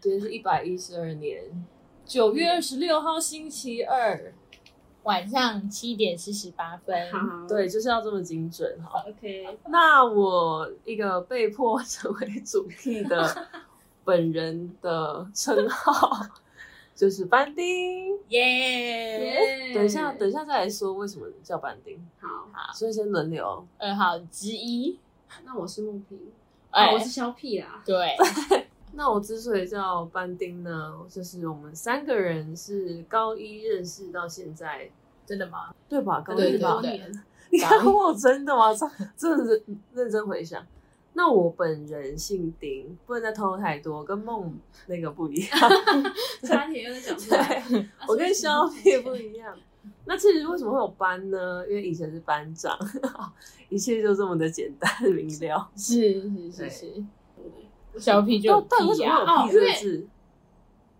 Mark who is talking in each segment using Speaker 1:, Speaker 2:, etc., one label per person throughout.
Speaker 1: 今天是一百一十二年九月二十六号星期二，
Speaker 2: 晚上七点四十八分。
Speaker 3: 好，
Speaker 1: 对，就是要这么精准哈。
Speaker 3: ，OK，
Speaker 1: 那我一个被迫成为主 T 的本人的称号就是班丁。
Speaker 2: 耶！
Speaker 1: 等一下，等一下再来说为什么叫班丁，
Speaker 3: 好，
Speaker 1: 所以先轮流。
Speaker 2: 二号之一，
Speaker 3: 那我是梦萍，
Speaker 2: 哎
Speaker 3: 哦，我是肖屁啦，
Speaker 2: 对，
Speaker 1: 那我之所以叫班丁呢，就是我们三个人是高一认识到现在，
Speaker 2: 真的吗？
Speaker 1: 对吧？高
Speaker 2: 对
Speaker 1: 一
Speaker 2: 对
Speaker 1: 吧
Speaker 3: 多
Speaker 2: 对？
Speaker 3: 年，
Speaker 1: 你看我真的吗？真真的是认真回想。那我本人姓丁，不能再透露太多，跟梦那个不一样。
Speaker 3: 差点又在讲出来，
Speaker 1: 对，
Speaker 3: 啊
Speaker 1: 我跟肖 也不
Speaker 3: 是
Speaker 1: 一样。那其实为什么会有班呢？因为以前是班长， 一切就这么的简单明了。
Speaker 2: 是是是是，
Speaker 3: 我
Speaker 2: 小屁啊就
Speaker 1: 到到底
Speaker 2: 有
Speaker 1: 为
Speaker 2: 屁
Speaker 1: 什
Speaker 2: 呀、
Speaker 1: 么会有
Speaker 3: 哦
Speaker 1: 屁这啊个
Speaker 3: 因为
Speaker 1: 字？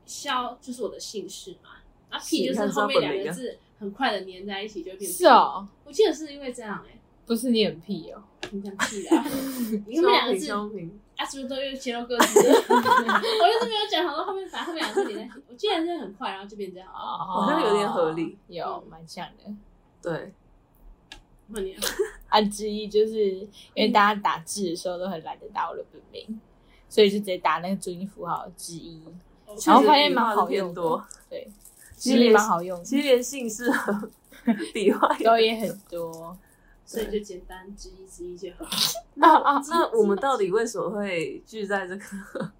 Speaker 3: 肖就是我的姓氏嘛，啊
Speaker 1: 是
Speaker 3: 屁就是后面两个字很快的粘在一起就变，
Speaker 2: 啊是，哦，
Speaker 3: 我记得是因为这样哎，
Speaker 2: 不是你很屁哦，
Speaker 3: 你讲屁啦，你
Speaker 1: 你
Speaker 3: 们两个字
Speaker 1: 商品，
Speaker 3: 啊，是不是都又切到各自？ 我就是没有讲，好多后面反正后面两个字连在一起，我记得是很快，然后就变这样。哦，
Speaker 2: 好
Speaker 1: 像有点合理，
Speaker 2: 有蛮像的。
Speaker 1: 对，
Speaker 3: 换你了，
Speaker 2: 啊，之一就是因为大家打字的时候都很懒得打我的本名，所以就直接打那个注音符号之一，哦然后发现蛮好用
Speaker 1: 变
Speaker 2: 的
Speaker 1: 多，
Speaker 2: 对，
Speaker 1: 其
Speaker 2: 其
Speaker 1: 实
Speaker 2: 实
Speaker 1: 也
Speaker 2: 蛮好用的，
Speaker 1: 其实连姓氏和 笔画也
Speaker 2: 都也很多。
Speaker 3: 所以就简单之一之一就好。
Speaker 1: 那那我们到底为什么会聚在这个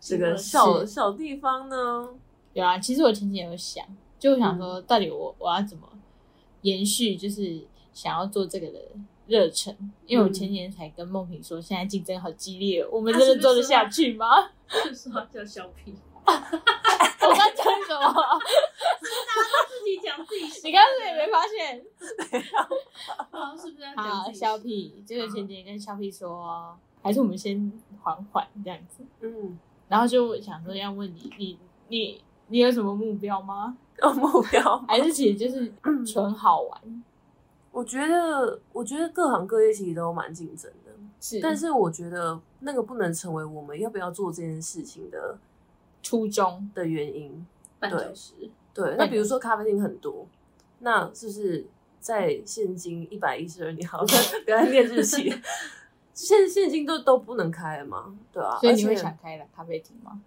Speaker 1: 这个小
Speaker 2: 是
Speaker 1: 小地方呢？
Speaker 2: 有啊，其实我前几天有想，就我
Speaker 1: 嗯
Speaker 2: 想说，到底我我要怎么延续，就是想要做这个的热忱？因为我前几天才跟梦萍说，现在竞争好激烈，我们
Speaker 1: 啊
Speaker 2: 真的做得下 去吗？
Speaker 3: 就说他叫小屁，
Speaker 2: 我刚讲什么？
Speaker 3: 自己讲自己姓。
Speaker 2: 你刚刚是也没发现？
Speaker 3: 好像是不是要讲
Speaker 2: 好，
Speaker 3: 自己
Speaker 2: 肖
Speaker 3: 姓？
Speaker 2: 啊屁，就是前几天跟肖屁说，还是我们先缓缓这样子，
Speaker 1: 嗯，
Speaker 2: 然后就想说要问你，你你你有什么目标吗？
Speaker 1: 要目标。
Speaker 2: 还是其实就是啊纯好玩？
Speaker 1: 嗯我觉得，我觉得各行各业其实都蛮竞争的，
Speaker 2: 是
Speaker 1: 但是我觉得那个不能成为我们要不要做这件事情的
Speaker 2: 初衷
Speaker 1: 的原因。
Speaker 3: 半小时，
Speaker 1: 对，那比如说咖啡厅很多，那是不是在现今一百一十二年，好像不要再念日 期，现现今都都不能开了嘛，对啊，
Speaker 2: 所以你
Speaker 1: 而
Speaker 2: 会
Speaker 1: 且
Speaker 2: 想开了咖啡厅吗？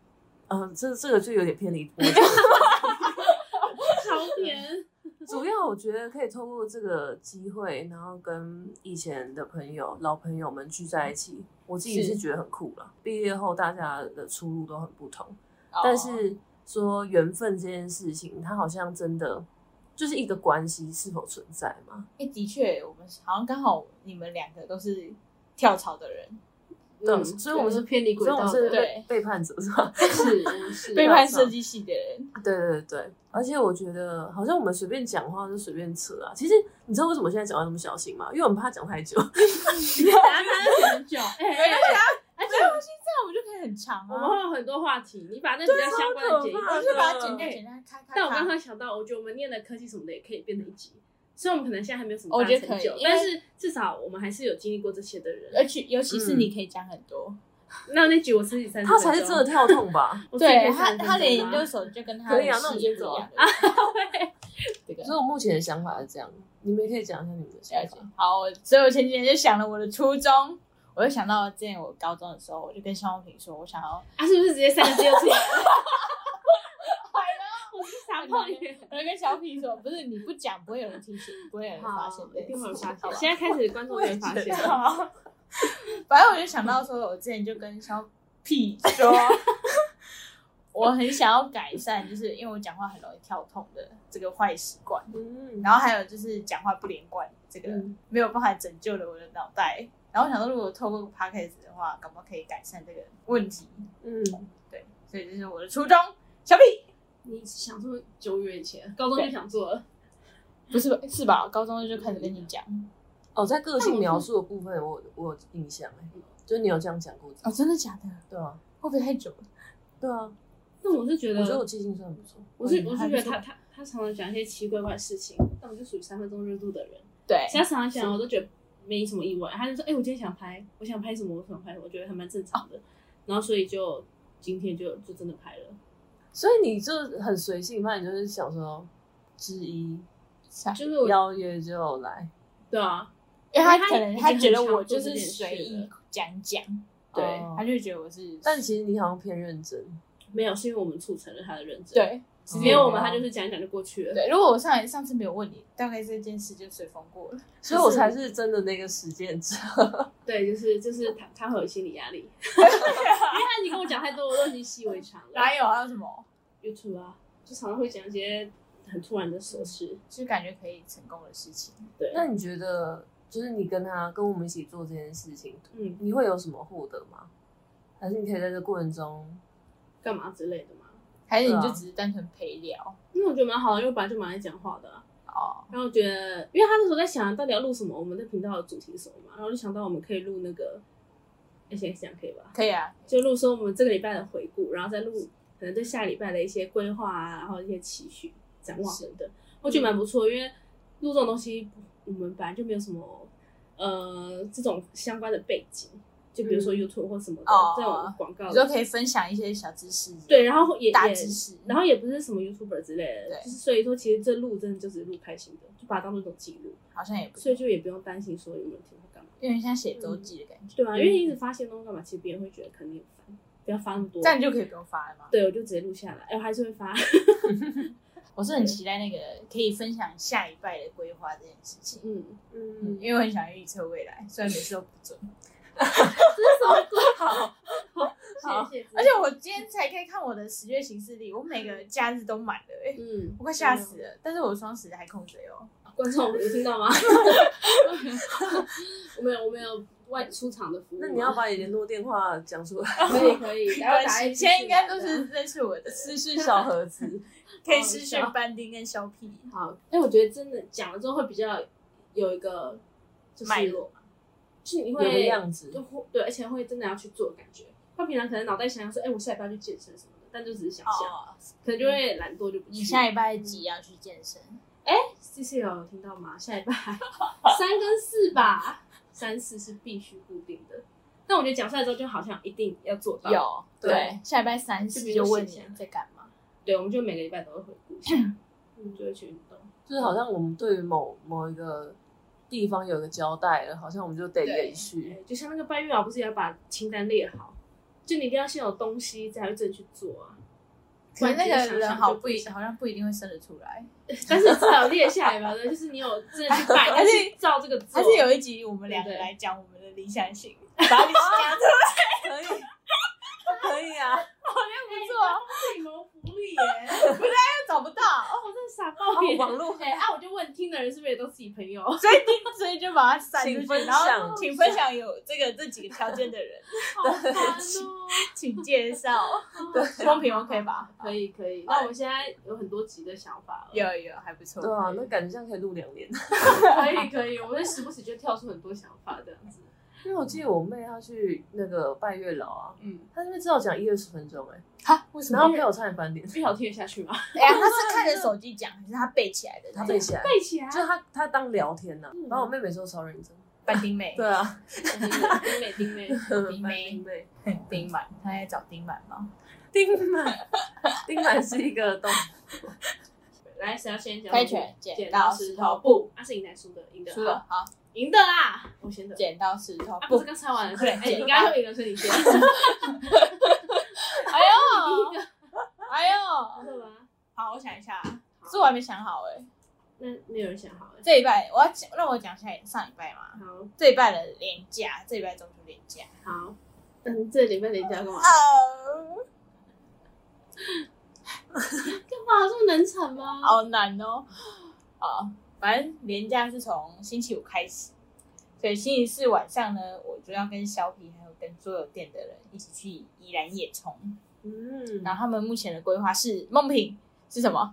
Speaker 1: 嗯、这这个就有点偏离我觉
Speaker 3: 超甜。
Speaker 1: 得主要我觉得可以透过这个机会，然后跟以前的朋友、老朋友们聚在一起，我自己
Speaker 2: 是
Speaker 1: 是觉得很酷了。毕业后大家的出路都很不同，
Speaker 2: 哦
Speaker 1: 但是说缘分这件事情，它好像真的就是一个关系是否存在嘛？
Speaker 2: 哎、的确，我们好像刚好你们两个都是跳槽的人，
Speaker 1: 对
Speaker 3: 嗯
Speaker 1: 所以我们是
Speaker 3: 偏离轨
Speaker 1: 所以我
Speaker 3: 道
Speaker 1: 们是
Speaker 3: 的，
Speaker 2: 对
Speaker 1: 背背叛者是吧？
Speaker 3: 是我们是
Speaker 2: 背叛设计系的人，
Speaker 1: 对对对对，而且我觉得好像我们随便讲话就随便扯啊。其实你知道为什么现在讲话那么小心吗？因为我们怕讲太 久。
Speaker 3: 等下他很久，哎哎，哎而且
Speaker 2: 那我们就可以很长
Speaker 3: 我们
Speaker 2: 啊，
Speaker 3: 会有很多话题，你把那比较相关的剪
Speaker 1: 对超可
Speaker 3: 一
Speaker 1: 怕
Speaker 2: 我
Speaker 1: 的
Speaker 2: 们就把它剪掉，
Speaker 1: 哎
Speaker 2: 剪掉，咔咔咔。
Speaker 3: 但我刚刚想到，我觉得我们念的科技什么的也可以变成一集，虽然我们可能现在还没有什么
Speaker 2: 我
Speaker 3: 大
Speaker 2: 觉得
Speaker 3: 成就
Speaker 2: 可以，因为呃
Speaker 3: 但是至少我们还是有经历过这些的人。
Speaker 2: 而且尤其是你可以讲很多，
Speaker 3: 那那集我自己三十
Speaker 1: 他
Speaker 3: 分钟，
Speaker 1: 才是真的跳痛吧？
Speaker 3: 我自己可
Speaker 2: 对
Speaker 3: 以
Speaker 2: 他
Speaker 3: 三十分钟啊
Speaker 2: 他连研究所就跟他
Speaker 1: 可以啊那我们
Speaker 2: 就
Speaker 1: 就
Speaker 2: 不
Speaker 1: 走
Speaker 2: 一样
Speaker 1: 啊
Speaker 2: 的。 这个
Speaker 1: 所以我目前的想法是这样，你们也可以讲一下你们的
Speaker 2: 了
Speaker 1: 想
Speaker 2: 解
Speaker 1: 法。。
Speaker 2: 好，我所以我前几天就想了我的初衷，我就想到之前我高中的时候，我就跟肖梦平说，我想要
Speaker 3: 啊，是不是直接三个字就出来了？ 我是傻炮眼。
Speaker 2: 我就跟小皮说，不是你不讲，不会有人听清，不会有人发现
Speaker 3: 好，
Speaker 2: 这
Speaker 3: 一
Speaker 2: 件事
Speaker 3: 定
Speaker 2: 情，
Speaker 3: 会有发现
Speaker 2: 好。啊吧
Speaker 3: 现在开始观众
Speaker 1: 我也
Speaker 3: 会发
Speaker 1: 觉
Speaker 3: 现
Speaker 1: 得，
Speaker 2: 好 反正我就想到说，我之前就跟小屁说， 我很想要改善，就是因为我讲话很容易跳痛的这个坏习惯，
Speaker 1: 嗯，
Speaker 2: 然后还有就是讲话不连贯，这个
Speaker 1: 嗯
Speaker 2: 没有办法拯救了我的脑袋。然后我想说，如果透过 podcast 的话，搞不好可以改善这个问题。
Speaker 1: 嗯，
Speaker 2: 对，所以这是我的初衷。小屁
Speaker 3: 你想做久远以前，高中就想做了，
Speaker 2: 不是吧？是吧？高中就开始跟你讲
Speaker 1: 哦，在个性描述的部分，我我有印象哎，就是你有这样讲过，
Speaker 2: 哦，真的假的？
Speaker 1: 对啊，
Speaker 2: 会不会太久了？
Speaker 1: 对啊，
Speaker 3: 但我是觉
Speaker 1: 我觉得我
Speaker 3: 得，
Speaker 1: 记性算不错。
Speaker 3: 啊我是
Speaker 2: 嗯
Speaker 3: 我
Speaker 2: 还
Speaker 3: 是
Speaker 2: 不
Speaker 3: 觉得
Speaker 2: 错
Speaker 3: 他他他常常讲一些奇怪怪的事情，但我就属于三分钟热度的人。
Speaker 2: 对，
Speaker 3: 其他常常想，我都觉得没什么意外。他就说：“哎、我今天想拍，我想拍什么，我想拍什么，我觉得还蛮正常的。然后所以就今天就就真的拍了。
Speaker 1: 所以你就很随性嘛，你就是想说之一
Speaker 2: 想
Speaker 3: 就是我，
Speaker 1: 邀约就来，
Speaker 3: 对啊，
Speaker 2: 因为
Speaker 3: 他
Speaker 2: 他可能
Speaker 3: 已经
Speaker 2: 他觉得
Speaker 3: 很常
Speaker 2: 我
Speaker 3: 做
Speaker 2: 就
Speaker 3: 这
Speaker 2: 是
Speaker 3: 件事
Speaker 2: 随意
Speaker 3: 了
Speaker 2: 讲讲，
Speaker 3: 对
Speaker 1: 哦
Speaker 2: 他就觉得我是，
Speaker 1: 但其实你好像偏认真，
Speaker 3: 没有是因为我们促成了他的认真，，
Speaker 2: 对
Speaker 1: 直
Speaker 3: 没
Speaker 1: 接
Speaker 3: 有我们他就是讲一讲就过去了。
Speaker 2: 对，如果我上上次没有问你，大概这件事就随风过了。
Speaker 1: 所以我才是真的那个实践者。
Speaker 3: 对，就是就是他他会有心理压力，因为他已经跟我讲太多，我都已经习以为常了。
Speaker 2: 哪有啊还有什么？
Speaker 3: YouTube 啊，就常常会讲一些很突然的琐事。
Speaker 2: 就是感觉可以成功的事情。
Speaker 3: 对，
Speaker 1: 那你觉得，就是你跟他跟我们一起做这件事情，
Speaker 3: 嗯，
Speaker 1: 你会有什么获得吗？还是你可以在这过程中，
Speaker 3: 干嘛之类的嘛。
Speaker 2: 还是你
Speaker 1: 对
Speaker 2: 就
Speaker 1: 啊
Speaker 2: 只是单纯陪聊
Speaker 3: 因为我觉得蛮好的，因为我本来就蛮爱讲话的啊、
Speaker 2: 哦？
Speaker 3: 然后我觉得，因为他那时候在想到底要录什么，我们的频道的主题是什么嘛，然后我就想到我们可以录那个，哎，现在讲可以吧？
Speaker 2: 可以啊，
Speaker 3: 就录说我们这个礼拜的回顾，然后再录可能对下礼拜的一些规划啊，然后一些期许、展望等等，我觉得蛮不错，因为录这种东西，我们本来就没有什么呃这种相关的背景，就比如说
Speaker 2: 嗯
Speaker 3: YouTube 或什么的、
Speaker 2: 哦
Speaker 3: 这种广告
Speaker 2: 你，就可以分享一些小知识，
Speaker 3: 对，，然后也
Speaker 2: 大
Speaker 3: 也
Speaker 2: 知识，
Speaker 3: 然后也不是什么 YouTuber 之类的，
Speaker 2: 对
Speaker 3: 就是所以说其实这录真的就只是录开心的，就把它当做一种记录，
Speaker 2: 好像也不
Speaker 3: 所以
Speaker 2: 是，
Speaker 3: 就也不用担心说有没有人听或干嘛，
Speaker 2: 有点像写周记的感觉，
Speaker 3: 对啊，因为一直发现东西干嘛，其实别人会觉得肯定很烦，不要发那么多
Speaker 2: 这。样你就可以不用发了嘛。
Speaker 3: 对，我就直接录下来，哎，我还是会发。
Speaker 2: 我是很期待那个可以分享下一拜的规划这件事情，
Speaker 3: 嗯，
Speaker 1: 嗯，
Speaker 2: 因为我很想预测未来，虽然每次都不准。
Speaker 3: 好，
Speaker 1: 好
Speaker 3: 谢谢。
Speaker 2: 而且我今天才可以看我的十月行事历，我每个假日都满了、欸，
Speaker 3: 嗯，
Speaker 2: 我快吓死了。但是我双十还空着哟，
Speaker 3: 观众有听到吗？ 我没有，我没有外出场的服务。
Speaker 1: 那你要把你联络电话讲出来，
Speaker 3: 可以可 以，待会打一
Speaker 2: 以前应该都是认识我的，
Speaker 1: 失去小盒子，
Speaker 2: 可以失去班丁跟肖屁。
Speaker 3: 好。哎，我觉得真的讲了之后会比较有一个就是
Speaker 2: 脉络，
Speaker 3: 就是你
Speaker 1: 有个
Speaker 3: 会
Speaker 1: 样子
Speaker 3: 就。会对，而且会真的要去做，感觉。他平常可能脑袋想想说，哎，我下礼拜要去健身什么的，但就只是想想，
Speaker 2: 哦，
Speaker 3: 可能就会懒惰就不去。
Speaker 2: 你下礼拜几要去健身？
Speaker 3: C C 有听到吗？ 下礼拜三跟四吧，三四是必须固定的。但我觉得讲出来之后，就好像一定要做到。
Speaker 2: 有，
Speaker 3: 对
Speaker 2: 对，下礼拜三四就问你在干嘛。
Speaker 3: 对，我们就每个礼拜都会回顾一下，嗯，就会去运动。
Speaker 1: 就是好像我们对于某某一个地方有个交代了，好像我们就得
Speaker 2: 对
Speaker 1: 延续。
Speaker 3: 哎就像那个拜月老，不是也要把清单列好？就你一定要先有东西，才会真的去做啊。
Speaker 2: 可能那个人好不
Speaker 3: 不然
Speaker 2: 一
Speaker 3: 就，想
Speaker 2: 好像不一定会生得出来。
Speaker 3: 但是至少列下来吧，就是你有真的去 拜，
Speaker 2: 还
Speaker 3: 但
Speaker 2: 是
Speaker 3: 是照这个
Speaker 2: 还
Speaker 3: 做，
Speaker 2: 是有一集我们两个
Speaker 3: 对
Speaker 2: 来讲我们的理想型， 把你讲出 来
Speaker 1: 可以，可以啊。
Speaker 3: 哎
Speaker 2: 不啊错，
Speaker 3: 自己谋福利 耶。
Speaker 2: 找不到，
Speaker 3: 啊哦，我真的傻爆
Speaker 1: 哦
Speaker 3: 眼。
Speaker 1: 网络
Speaker 3: 哎，啊，我就问听的人是不是也都是自己朋友？
Speaker 2: 所以听，所以就把它删出
Speaker 1: 请
Speaker 2: 去，
Speaker 1: 分
Speaker 2: 然后
Speaker 1: 享
Speaker 2: 请分享有这个这几个条件的人，
Speaker 3: 好烦哦。
Speaker 2: 请介绍。公平 OK 吧？
Speaker 3: 可以可以，那我现在有很多集的想法了。
Speaker 2: 有有还不错
Speaker 1: 对，啊，那感觉像可以录两年。
Speaker 3: 可以可以，我会时不时就跳出很多想法这样子。
Speaker 1: 因为我记得我妹她去那个拜月老啊，
Speaker 3: 嗯，
Speaker 1: 她那边至少讲一二十分钟哎、
Speaker 2: 哈，为什
Speaker 1: 然后被我差点翻脸，
Speaker 3: 最好听得下去吗？
Speaker 2: 哎呀，他是看着手机讲，还是他 背起来啊的？
Speaker 1: 她背起来，
Speaker 3: 背起来
Speaker 1: 就 她她当聊天呐、
Speaker 3: 嗯
Speaker 1: 然后我妹妹说超认真，
Speaker 2: 班丁妹，
Speaker 1: 对啊，
Speaker 3: 丁美丁美，
Speaker 2: 丁妹，
Speaker 1: 妹，
Speaker 2: 丁满，他在找丁满吗？
Speaker 1: 丁满，丁满是一个动物，
Speaker 3: 来谁要先讲？
Speaker 2: 开拳剪
Speaker 3: 剪
Speaker 2: 刀
Speaker 3: 刀
Speaker 2: 石
Speaker 3: 石
Speaker 2: 头
Speaker 3: 头
Speaker 2: 布
Speaker 3: 布，啊那是赢来输的，赢的
Speaker 2: 输了，好，
Speaker 3: 赢的啦，我先的。
Speaker 2: 剪刀石头
Speaker 3: 啊，不
Speaker 2: 布
Speaker 3: 是。刚猜完了，
Speaker 2: 快
Speaker 3: 哎
Speaker 2: 点，
Speaker 3: 你
Speaker 2: 剪
Speaker 3: 刚
Speaker 2: 吧
Speaker 3: 刚又赢了，所以 你先。
Speaker 2: 哎呦，哎呦，
Speaker 3: 对吧？
Speaker 2: 好，我想一下，
Speaker 3: 好
Speaker 2: 可是我还没想好哎。
Speaker 3: 那没有人想好了。
Speaker 2: 这一拜我要讲，让我讲下上礼拜嘛，
Speaker 3: 好
Speaker 2: 这一拜的廉价，这一拜中秋廉价。
Speaker 3: 好，嗯，这礼拜你要干嘛？
Speaker 2: 哦，
Speaker 3: 干嘛这么难产吗？
Speaker 2: 好难哦。啊，反正廉价是从星期五开始，所以星期四晚上呢，我就要跟小皮还有跟所有店的人一起去宜兰野冲。
Speaker 1: 嗯，
Speaker 2: 然后他们目前的规划是，梦品是什么？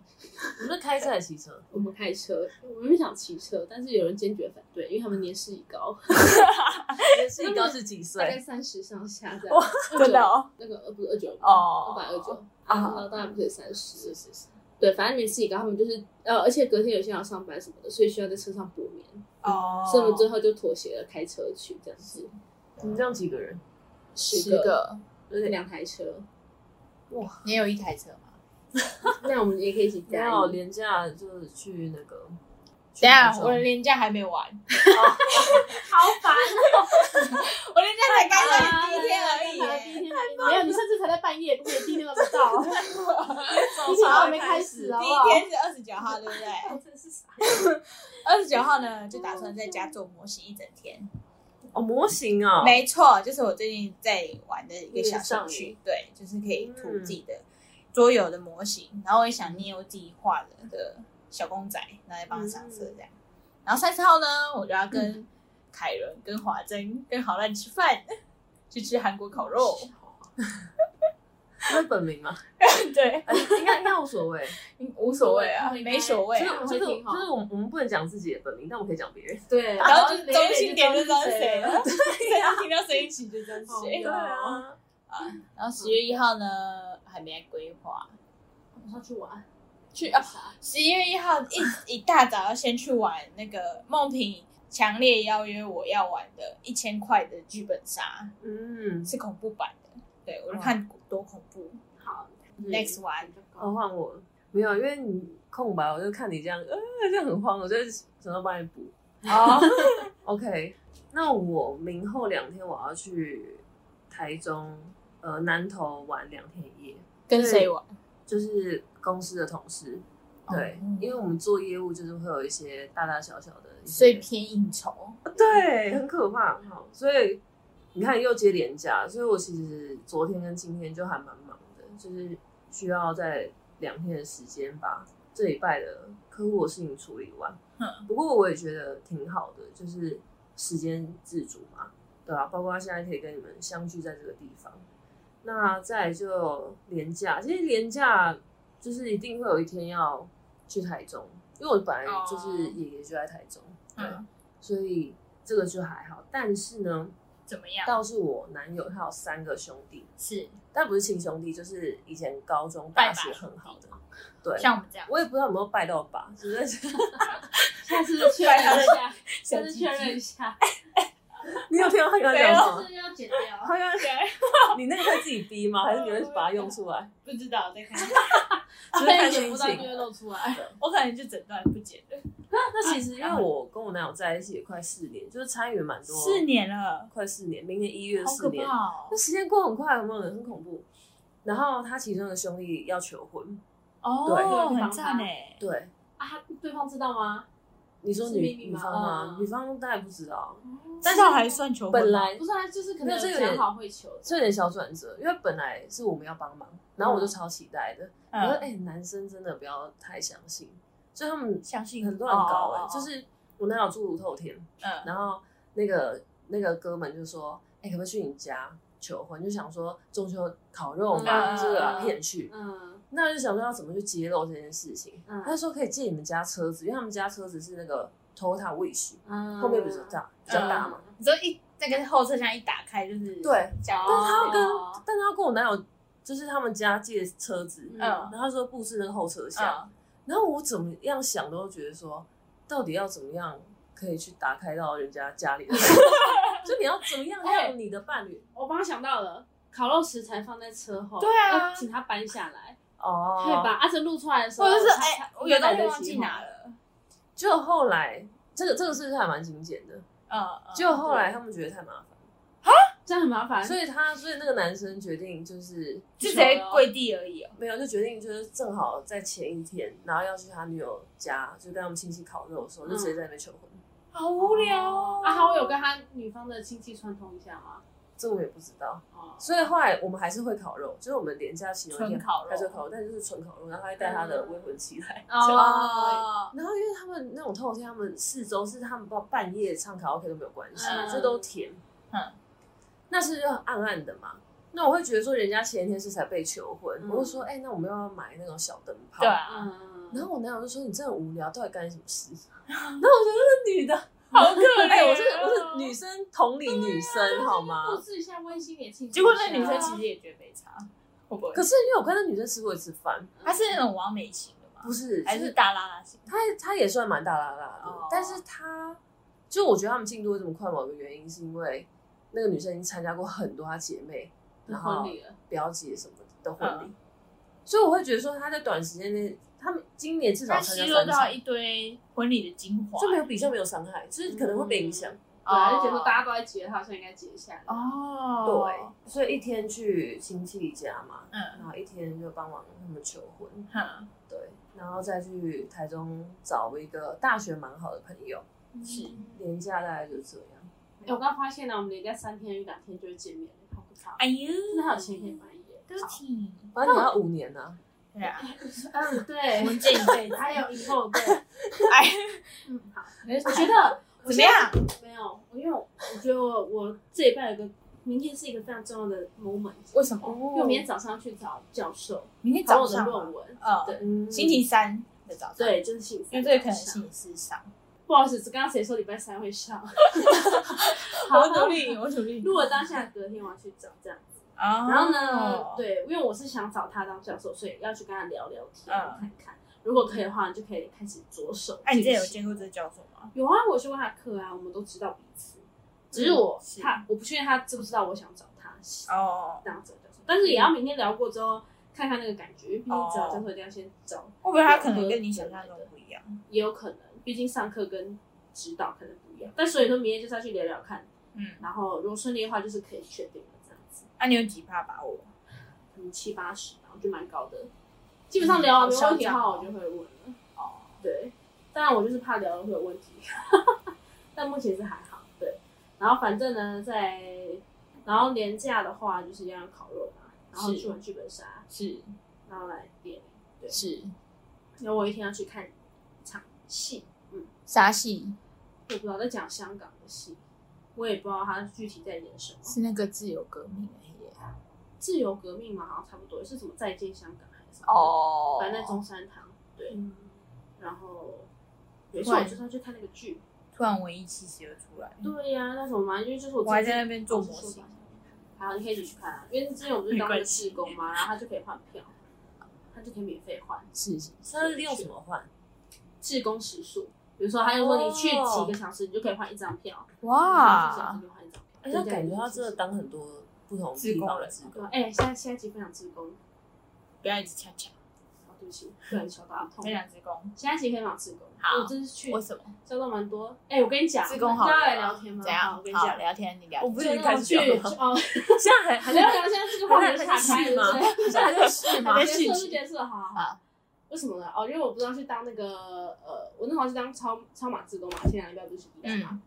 Speaker 1: 你们开车还是骑车？
Speaker 3: 我们开车，我们想骑车，但是有人坚决反对，因为他们年事已 高，
Speaker 1: 是你高是几
Speaker 3: 大概
Speaker 1: 岁？
Speaker 3: 三十上下这
Speaker 2: 哇
Speaker 3: 样。
Speaker 2: 真的哦，
Speaker 3: 那个呃不是二九
Speaker 2: 哦
Speaker 3: 二百二九
Speaker 1: 啊
Speaker 3: 那当然不是三十
Speaker 2: 是。是，
Speaker 3: 对，反正年事已高，他们就是呃，而且隔天有些人要上班什么的，所以需要在车上补眠，
Speaker 2: 哦
Speaker 3: 所以我们最后就妥协了，开车去这样子。
Speaker 1: 你们这样几个人？
Speaker 3: 十
Speaker 2: 十个，
Speaker 3: 就是两台车，
Speaker 2: 你有一台车吗？
Speaker 3: 那我们也可以一起
Speaker 1: 没
Speaker 3: 加
Speaker 1: 有
Speaker 3: 油。
Speaker 1: 廉价就是去那个。
Speaker 2: 等一下，
Speaker 1: 去
Speaker 2: 我的
Speaker 1: 杭州
Speaker 2: 廉价还没完，
Speaker 3: 好烦
Speaker 2: 我廉价才刚到第一天而
Speaker 3: 哎
Speaker 2: 已
Speaker 4: 才
Speaker 2: 耶
Speaker 4: 第一。天而已没有，你甚至才在半夜，如果你第一天都不到， 疫情还没开始，好
Speaker 2: 第
Speaker 4: 不
Speaker 2: 一
Speaker 4: 好？
Speaker 2: 天是二十九号，对不对？
Speaker 3: 真是傻。
Speaker 2: 二十九号呢，就打算在家做模型一整天。
Speaker 1: 哦，模型啊，
Speaker 2: 没错，就是我最近在玩的一个小
Speaker 3: 上
Speaker 2: 兴
Speaker 3: 瘾
Speaker 2: 趣，对，就是可以涂自己的桌游的模型，然后我也想捏我自己画的那个小公仔，然后来帮他上色这样。然后三十号呢，我就要跟凯伦、跟华珍、跟好烂吃饭， 去吃韩国烤 肉。
Speaker 1: 那是本名吗？
Speaker 2: 对，
Speaker 1: 哎应该应该无所谓，
Speaker 2: 无所谓啊，
Speaker 3: 无所谓
Speaker 2: 没所谓
Speaker 1: 就是
Speaker 2: 啊。
Speaker 1: 就是
Speaker 3: 会听
Speaker 1: 就
Speaker 3: 哈
Speaker 1: 是我们我们不能讲自己的本名，但我们可以讲别人。
Speaker 3: 对，
Speaker 2: 然后就中心
Speaker 3: 心
Speaker 2: 点就知道是谁了， 哦
Speaker 3: 了。
Speaker 2: 对，然后听到声音起就知道是谁
Speaker 3: 对
Speaker 2: 了。
Speaker 1: 啊
Speaker 3: 啊，
Speaker 2: 然后十月一号呢，还没来规划。
Speaker 3: 我要去玩，
Speaker 2: 去啊，十一月一号一一大早要先去玩那个梦萍强烈邀约我要玩的一千块的剧本杀，
Speaker 1: 嗯，
Speaker 2: 是恐怖版的。对我就看多恐怖。
Speaker 3: 好
Speaker 2: ，next one，
Speaker 1: 哦，换我了没有，因为你空白，我就看你这样，呃，这样很慌，我就想到帮你补。
Speaker 2: 哦，
Speaker 1: OK，那我明后两天我要去台中呃南投玩两天一夜，
Speaker 2: 跟谁玩？
Speaker 1: 就是公司的同事。对，
Speaker 2: 哦
Speaker 1: 因为我们做业务就是会有一些大大小小的一些，
Speaker 2: 所以偏应酬。
Speaker 1: 对，很可怕。好，所以你看又接连假，所以我其实昨天跟今天就还蛮忙的，就是需要在两天的时间把这礼拜的客户的事情处理完。
Speaker 2: 嗯
Speaker 1: 不过我也觉得挺好的，就是时间自主嘛，对啊，包括现在可以跟你们相聚在这个地方。那再来就廉价，其实廉价就是一定会有一天要去台中，因为我本来就是
Speaker 2: 哦
Speaker 1: 爷爷就在台中，对，
Speaker 2: 嗯，
Speaker 1: 所以这个就还好。但是呢，
Speaker 2: 怎么样？
Speaker 1: 倒是我男友他有三个兄弟，
Speaker 2: 是
Speaker 1: 但不是亲兄弟，就是以前高中、大学很好的。对，
Speaker 2: 像我们这样，
Speaker 1: 我也不知道有没有拜到吧，只是
Speaker 3: 下次确认一 下，下次确认一下，
Speaker 1: 你有听到他刚刚
Speaker 2: 哎
Speaker 1: 讲什么？
Speaker 4: 是要剪掉
Speaker 1: 他刚刚 你那个会自己逼吗？还是你会把它用出来？
Speaker 2: 不知道再看。
Speaker 1: 就是
Speaker 3: 哎
Speaker 1: 看心情。
Speaker 4: 会露出来。
Speaker 2: 我可能就整段不剪了。
Speaker 1: 那其实因为我跟我男友在一起也快四年，就是参与蛮多，
Speaker 2: 四年了，
Speaker 1: 快四年，明年一月
Speaker 2: 好可
Speaker 1: 四年，
Speaker 2: 怕哦
Speaker 1: 那！时间过很快，有没有很恐怖？然后他其中一个兄弟要求婚，
Speaker 2: 哦，很赞哎。
Speaker 1: 对，
Speaker 3: 啊，他对方知道吗？
Speaker 1: 你说
Speaker 3: 是
Speaker 1: 女
Speaker 3: 秘密
Speaker 1: 女
Speaker 3: 吗
Speaker 1: 方吗？
Speaker 3: 嗯
Speaker 1: 女方当然不知道，
Speaker 2: 但是还算求婚吗
Speaker 1: 本来
Speaker 3: 哦不是啊，就是可能
Speaker 1: 那这有
Speaker 3: 有
Speaker 1: 点
Speaker 3: 讲好会求，
Speaker 1: 这有点小转折，因为本来是我们要帮忙，然后我就超期待的。我说，
Speaker 2: 嗯
Speaker 1: 哎，男生真的不要太相信，就他们
Speaker 2: 相信
Speaker 1: 很多人搞
Speaker 2: 哦哦
Speaker 1: 哎
Speaker 2: 哦，
Speaker 1: 就是我男友住如透天，
Speaker 2: 嗯，
Speaker 1: 然后那个那个哥们就说，哎，可不可以去你家求婚？就想说中秋烤肉嘛，
Speaker 3: 嗯
Speaker 1: 这个要骗去。
Speaker 3: 嗯
Speaker 1: 那我就想说要怎么去揭露这件事情。
Speaker 3: 嗯
Speaker 1: 他就说可以借你们家车子，因为他们家车子是那个 Toyota Wish，
Speaker 3: 嗯，
Speaker 1: 后面比较大比较大嘛。
Speaker 2: 你说一那个后车厢一打开就是
Speaker 1: 对，
Speaker 2: 这样
Speaker 3: 但
Speaker 1: 他要跟
Speaker 3: 哦，
Speaker 1: 但他要跟我男友就是他们家借车子，
Speaker 3: 嗯
Speaker 2: 嗯
Speaker 1: 然后他说布置那个后车厢，
Speaker 2: 嗯，
Speaker 1: 然后我怎么样想都觉得说，到底要怎么样可以去打开到人家家 里的门，就你要怎么样让你的伴侣
Speaker 3: 我帮他想到了，烤肉食材放在车后，
Speaker 2: 对啊
Speaker 3: 要请他搬下来，
Speaker 1: 哦，
Speaker 3: 可以把阿珍露出来的时候，
Speaker 2: 或者是
Speaker 3: 他
Speaker 2: 哎，我有东西忘记拿，了，嗯
Speaker 1: 就后来这个这个事情还蛮精简的，
Speaker 2: 嗯，嗯
Speaker 1: 就后来他们觉得太麻烦，
Speaker 3: 这样很麻烦，
Speaker 1: 所以他所以那个男生决定就是
Speaker 2: 就直接跪地而已哦。
Speaker 1: 没有，就决定就是正好在前一天，然后要去他女友家，就跟他们亲戚烤肉的时候，就
Speaker 2: 嗯
Speaker 1: 直接在那边求婚。
Speaker 2: 好无聊哦
Speaker 3: 啊，他会有跟他女方的亲戚串通一下吗？
Speaker 1: 这我也不知道，
Speaker 3: 哦，
Speaker 1: 所以后来我们还是会烤肉，就是我们连假期有一天
Speaker 2: 纯烤肉嗯
Speaker 1: 还是会烤肉，但就是纯烤肉，然后他会带他的未婚妻来。
Speaker 3: 哦，
Speaker 2: 哦，
Speaker 1: 然后因为他们那种透天，他们四周是他们到半夜唱卡拉 OK 都没有关系，
Speaker 3: 嗯
Speaker 1: 就都甜。
Speaker 2: 嗯，
Speaker 1: 那是就很暗暗的嘛。那我会觉得说，人家前一天是才被求婚，
Speaker 3: 嗯
Speaker 1: 我就说，哎、那我们要不要买那种小灯泡。
Speaker 2: 对啊，
Speaker 3: 嗯，
Speaker 1: 然后我男友就说：“你真的很无聊，到底干什么事？”啊 然后我觉得那女的，
Speaker 2: 好可怜哦
Speaker 1: 哎、我是我是女生同理女
Speaker 2: 啊
Speaker 1: 生好
Speaker 3: 布
Speaker 1: 吗？
Speaker 3: 置一下温馨点庆祝一下，
Speaker 2: 结果那女生其实也觉得没差，会不会
Speaker 1: 可？是因为我跟那女生吃过一次饭，
Speaker 3: 嗯
Speaker 2: 她是那种完美型的吗？
Speaker 1: 不是，
Speaker 2: 还
Speaker 1: 就是
Speaker 2: 大拉拉型？
Speaker 1: 她她也算蛮大拉拉的，
Speaker 2: 哦
Speaker 1: 但是她就我觉得他们进度会这么快，某个原因是因为那个女生已经参加过很多她姐妹然后
Speaker 3: 婚礼了，
Speaker 1: 表姐什么的婚
Speaker 2: 嗯
Speaker 1: 礼，所以我会觉得说他在短时间内，他们今年至少
Speaker 2: 他
Speaker 1: 参
Speaker 2: 吸
Speaker 1: 加
Speaker 2: 收
Speaker 1: 三
Speaker 2: 到
Speaker 1: 场，
Speaker 2: 一堆婚礼的精华，
Speaker 1: 就没有比较没有伤害，就是可能会被影响。
Speaker 2: 嗯
Speaker 3: 本来就觉得说大家都在结，他好像应该结下来。
Speaker 2: 哦，
Speaker 1: 对，所以一天去亲戚家嘛，
Speaker 2: 嗯，
Speaker 1: 然后一天就帮忙他们求婚，
Speaker 2: 哈，
Speaker 1: 对，然后再去台中找一个大学蛮好的朋友，
Speaker 2: 是
Speaker 1: 廉价大概就这样。
Speaker 3: 嗯哎、我刚发现呢，我们连假三天有两天就会见面，好可怕！
Speaker 2: 哎呦，
Speaker 3: 真的还有钱可以买耶。
Speaker 2: 个体，
Speaker 1: 反正你要五年呢、啊，
Speaker 2: 对啊，
Speaker 3: 嗯，对
Speaker 2: 我们这一辈子，
Speaker 4: 还有以后对，
Speaker 2: 哎，
Speaker 4: 嗯，好，
Speaker 3: 我觉得
Speaker 2: 啊
Speaker 3: 我
Speaker 2: 怎么
Speaker 3: 现在
Speaker 2: 样？
Speaker 3: 没有，因为我我觉得我我这一半有个明天是一个非常重要的 moment，
Speaker 2: 为什
Speaker 1: 哦
Speaker 2: 么？
Speaker 3: 因为我明天早上去找教授
Speaker 2: 明天
Speaker 3: 讨
Speaker 2: 哦早
Speaker 3: 论我的
Speaker 2: 上
Speaker 3: 论
Speaker 2: 吗，
Speaker 3: 文，
Speaker 2: 嗯，
Speaker 3: 对
Speaker 1: 嗯，
Speaker 2: 星期三的早上，，
Speaker 3: 对，就是星期三
Speaker 2: 因为这个可能
Speaker 3: 早上
Speaker 2: 星期四上。
Speaker 3: 不好意思，刚刚谁说礼拜三 会上？
Speaker 2: 我努力，我努力。
Speaker 3: 如果当下隔天我要去找这样子，
Speaker 2: 啊，
Speaker 3: 然后呢，，对，因为我是想找他当教授，所以要去跟他聊聊天，
Speaker 2: 嗯
Speaker 3: 看看如果可以的话，你就可以开始着手。
Speaker 2: 哎，你之前有见过这个教授吗？
Speaker 3: 有啊，我去问他课啊，我们都知道彼此，只是我
Speaker 2: 嗯是
Speaker 3: 他我不确定他知不知道我想找他
Speaker 2: 哦，
Speaker 3: 当这个教授，但是也要明天聊过之后看看那个感觉，因为毕竟找教授一定要先找，
Speaker 2: 哦会不会他可能跟你想象中不一样？
Speaker 3: 也有可能，毕竟上课跟指导可能不一样，但所以说明天就是要去聊聊看，
Speaker 2: 嗯，
Speaker 3: 然后如果顺利的话，就是可以确定了这样子。
Speaker 2: 那你有几趴把握？
Speaker 3: 可能七八十吧，我觉得蛮高的。基本上
Speaker 2: 嗯
Speaker 3: 聊完没问题的话，我就会问了。
Speaker 2: 哦，
Speaker 3: 对，当然我就是怕聊了会有问题， 但目前是还好。对，然后反正呢，在然后廉价的话就是一样烤肉嘛，然后
Speaker 2: 是
Speaker 3: 去玩剧本杀，
Speaker 2: 是
Speaker 3: 然后来电影。
Speaker 2: 是，
Speaker 3: 然后我一天要去看一场戏，
Speaker 2: 啥戏？
Speaker 3: 我不知道在讲香港的戏，我也不知道它具体在演什么。
Speaker 2: 是那个自由革命的耶。
Speaker 3: 自由革命嘛，好像差不多是什么再见香港还是什么？
Speaker 2: 哦嗯
Speaker 3: 反正在中山堂。对，然后有一次
Speaker 2: 突
Speaker 3: 我
Speaker 2: 然
Speaker 3: 就是要去看那个剧，
Speaker 2: 突然文艺气息又出来，
Speaker 3: 对呀、那什么嘛，因为就是我
Speaker 2: 我还在那边做模型。
Speaker 3: 好，你可以一起去看啊，因为之前我不是当那个志 工嘛，然后他就可以换票，他就可以免费换
Speaker 2: 是是
Speaker 1: 那是用什么换？
Speaker 3: 志工时数。比如说，他就
Speaker 2: 哦
Speaker 3: 说你去几个小时，你就可以换一张票。几个小时
Speaker 2: 哇，
Speaker 3: 就换一张票。
Speaker 1: 哎，他感觉他真的当很多不同地方的职
Speaker 3: 对
Speaker 1: 工，
Speaker 3: 哎、现在现在集分享志工，
Speaker 2: 不要一直恰恰，
Speaker 3: 哦，对不起，突然敲到痛
Speaker 2: 非。常之功。
Speaker 3: 现在集分享志工，
Speaker 2: 好
Speaker 3: 我真是去
Speaker 2: 为什么？
Speaker 3: 交到蛮多。哎、我跟你讲，
Speaker 2: 志工好聊
Speaker 3: 大家来聊天吗？
Speaker 2: 怎
Speaker 3: 嗯好
Speaker 2: 样
Speaker 3: 我跟？你
Speaker 2: 好
Speaker 3: 讲，
Speaker 2: 聊天，你聊。
Speaker 1: 我不
Speaker 3: 就
Speaker 1: 已经
Speaker 3: 那
Speaker 1: 开
Speaker 3: 种
Speaker 1: 始
Speaker 3: 去
Speaker 1: 了吗，
Speaker 3: 哦，
Speaker 1: 现在还还
Speaker 3: 还
Speaker 1: 在
Speaker 3: 在 聊，现在这个话题岔开了，对不对
Speaker 1: 现在还在试吗？
Speaker 2: 还在
Speaker 3: 结
Speaker 2: 试
Speaker 3: 束
Speaker 2: 剧
Speaker 3: 就结束了，好好好
Speaker 2: 好。
Speaker 3: 为什么呢？哦，因为我不是要去当那个呃，我那时候去当超超马志工嘛，前两礼拜不是去宜兰嘛。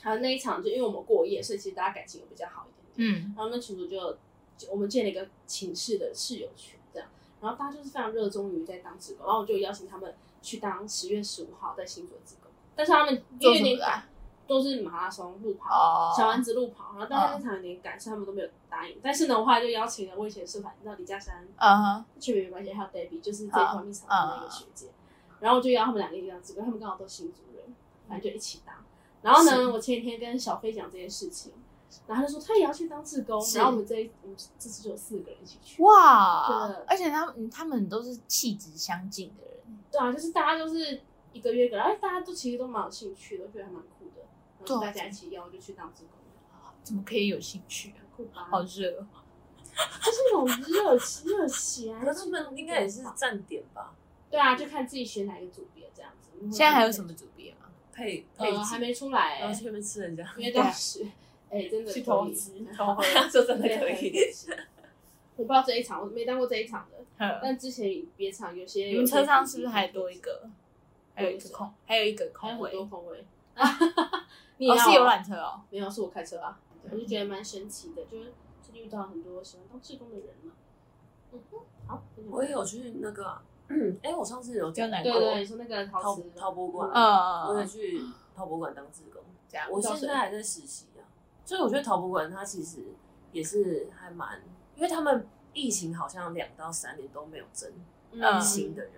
Speaker 3: 还有那一场，就因为我们过夜，所以其实大家感情有比较好一点点。
Speaker 2: 嗯，
Speaker 3: 然后那群主就就我们建了一个寝室的室友群，这样。然后大家就是非常热衷于在当志工，然后我就邀请他们去当十月十五号在新竹的志工，但是他们因
Speaker 2: 做
Speaker 3: 为
Speaker 2: 什
Speaker 3: 有点
Speaker 2: 么的
Speaker 3: 赶
Speaker 2: 啊？
Speaker 3: 都是马拉松路跑，
Speaker 2: 哦，
Speaker 3: 小丸子路跑，然后大家那场有点赶，所以他们都没有答应。但是呢，我后来就邀请了我以前的社团，你知道李嘉山、
Speaker 2: 嗯哼，
Speaker 3: 去没关系，还有 Debbie，就是这
Speaker 2: 啊
Speaker 3: 条蜜草的那个学姐。然后我就邀他们两个一起当志工，他们刚好都新族人，反正就一起当。然后呢，我前几天跟小飞讲这件事情，然后他就说他也要去当志工，
Speaker 2: 是
Speaker 3: 然后我们这一我们这次就有四个人一起去。
Speaker 2: 哇
Speaker 3: 对，
Speaker 2: 而且他们嗯他们都是气质相近的人，
Speaker 3: 对啊，就是大家就是一个约一个，然后大家都其实都蛮有兴趣的，我觉得还蛮酷的。然后就
Speaker 2: 对
Speaker 3: 大
Speaker 2: 啊
Speaker 3: 家一起邀我就去当志工，
Speaker 2: 怎么可以有兴趣啊？
Speaker 3: 很酷吧？
Speaker 2: 好热哦，
Speaker 3: 就是那种热情热血啊！
Speaker 1: 可是他们应该也是站点吧？
Speaker 3: 对啊，就看自己选哪一个组别这样子。
Speaker 2: 现在还有什么嗯组别吗？
Speaker 1: 配配
Speaker 3: 呃，还
Speaker 1: 景，
Speaker 3: 没出来、
Speaker 1: 然后
Speaker 3: 欸，
Speaker 1: 去那边吃人 家，
Speaker 3: 因为当时哎、真的可以
Speaker 2: 啊投喝，
Speaker 1: 说真的
Speaker 3: 对
Speaker 1: 可
Speaker 3: 很
Speaker 1: 以。
Speaker 3: 可惜我不知道这一场，我没当过这一场的，
Speaker 2: 呵
Speaker 3: 但之前别场有些。
Speaker 2: 嗯你们车上是不是还多一？个？还有一个空，还有一个
Speaker 3: 还
Speaker 2: 空
Speaker 3: 有很
Speaker 2: 位，
Speaker 3: 多
Speaker 2: 哦，
Speaker 3: 空位。你也要
Speaker 2: 是游览车哦，
Speaker 3: 没有，是我开车啊。我就觉得蛮神奇的，就是最近遇到很多喜欢当志工的人嘛。嗯哼，好，分享
Speaker 1: 我也有去那个啊， 哎，我上次有讲
Speaker 2: 就哪
Speaker 3: 对
Speaker 2: 个
Speaker 1: 过
Speaker 3: 对，对你说那个陶
Speaker 1: 陶
Speaker 3: 瓷
Speaker 1: 陶博馆，
Speaker 3: 嗯
Speaker 1: 我也
Speaker 2: 嗯，
Speaker 1: 去陶博馆当志工。
Speaker 2: 这样
Speaker 1: 我
Speaker 3: 到
Speaker 1: 现
Speaker 3: 谁
Speaker 1: 在还在实习啊，所以我觉得陶博馆它其实也是还蛮，因为他们疫情好像两到三年都没有增
Speaker 2: 嗯
Speaker 1: 新的人，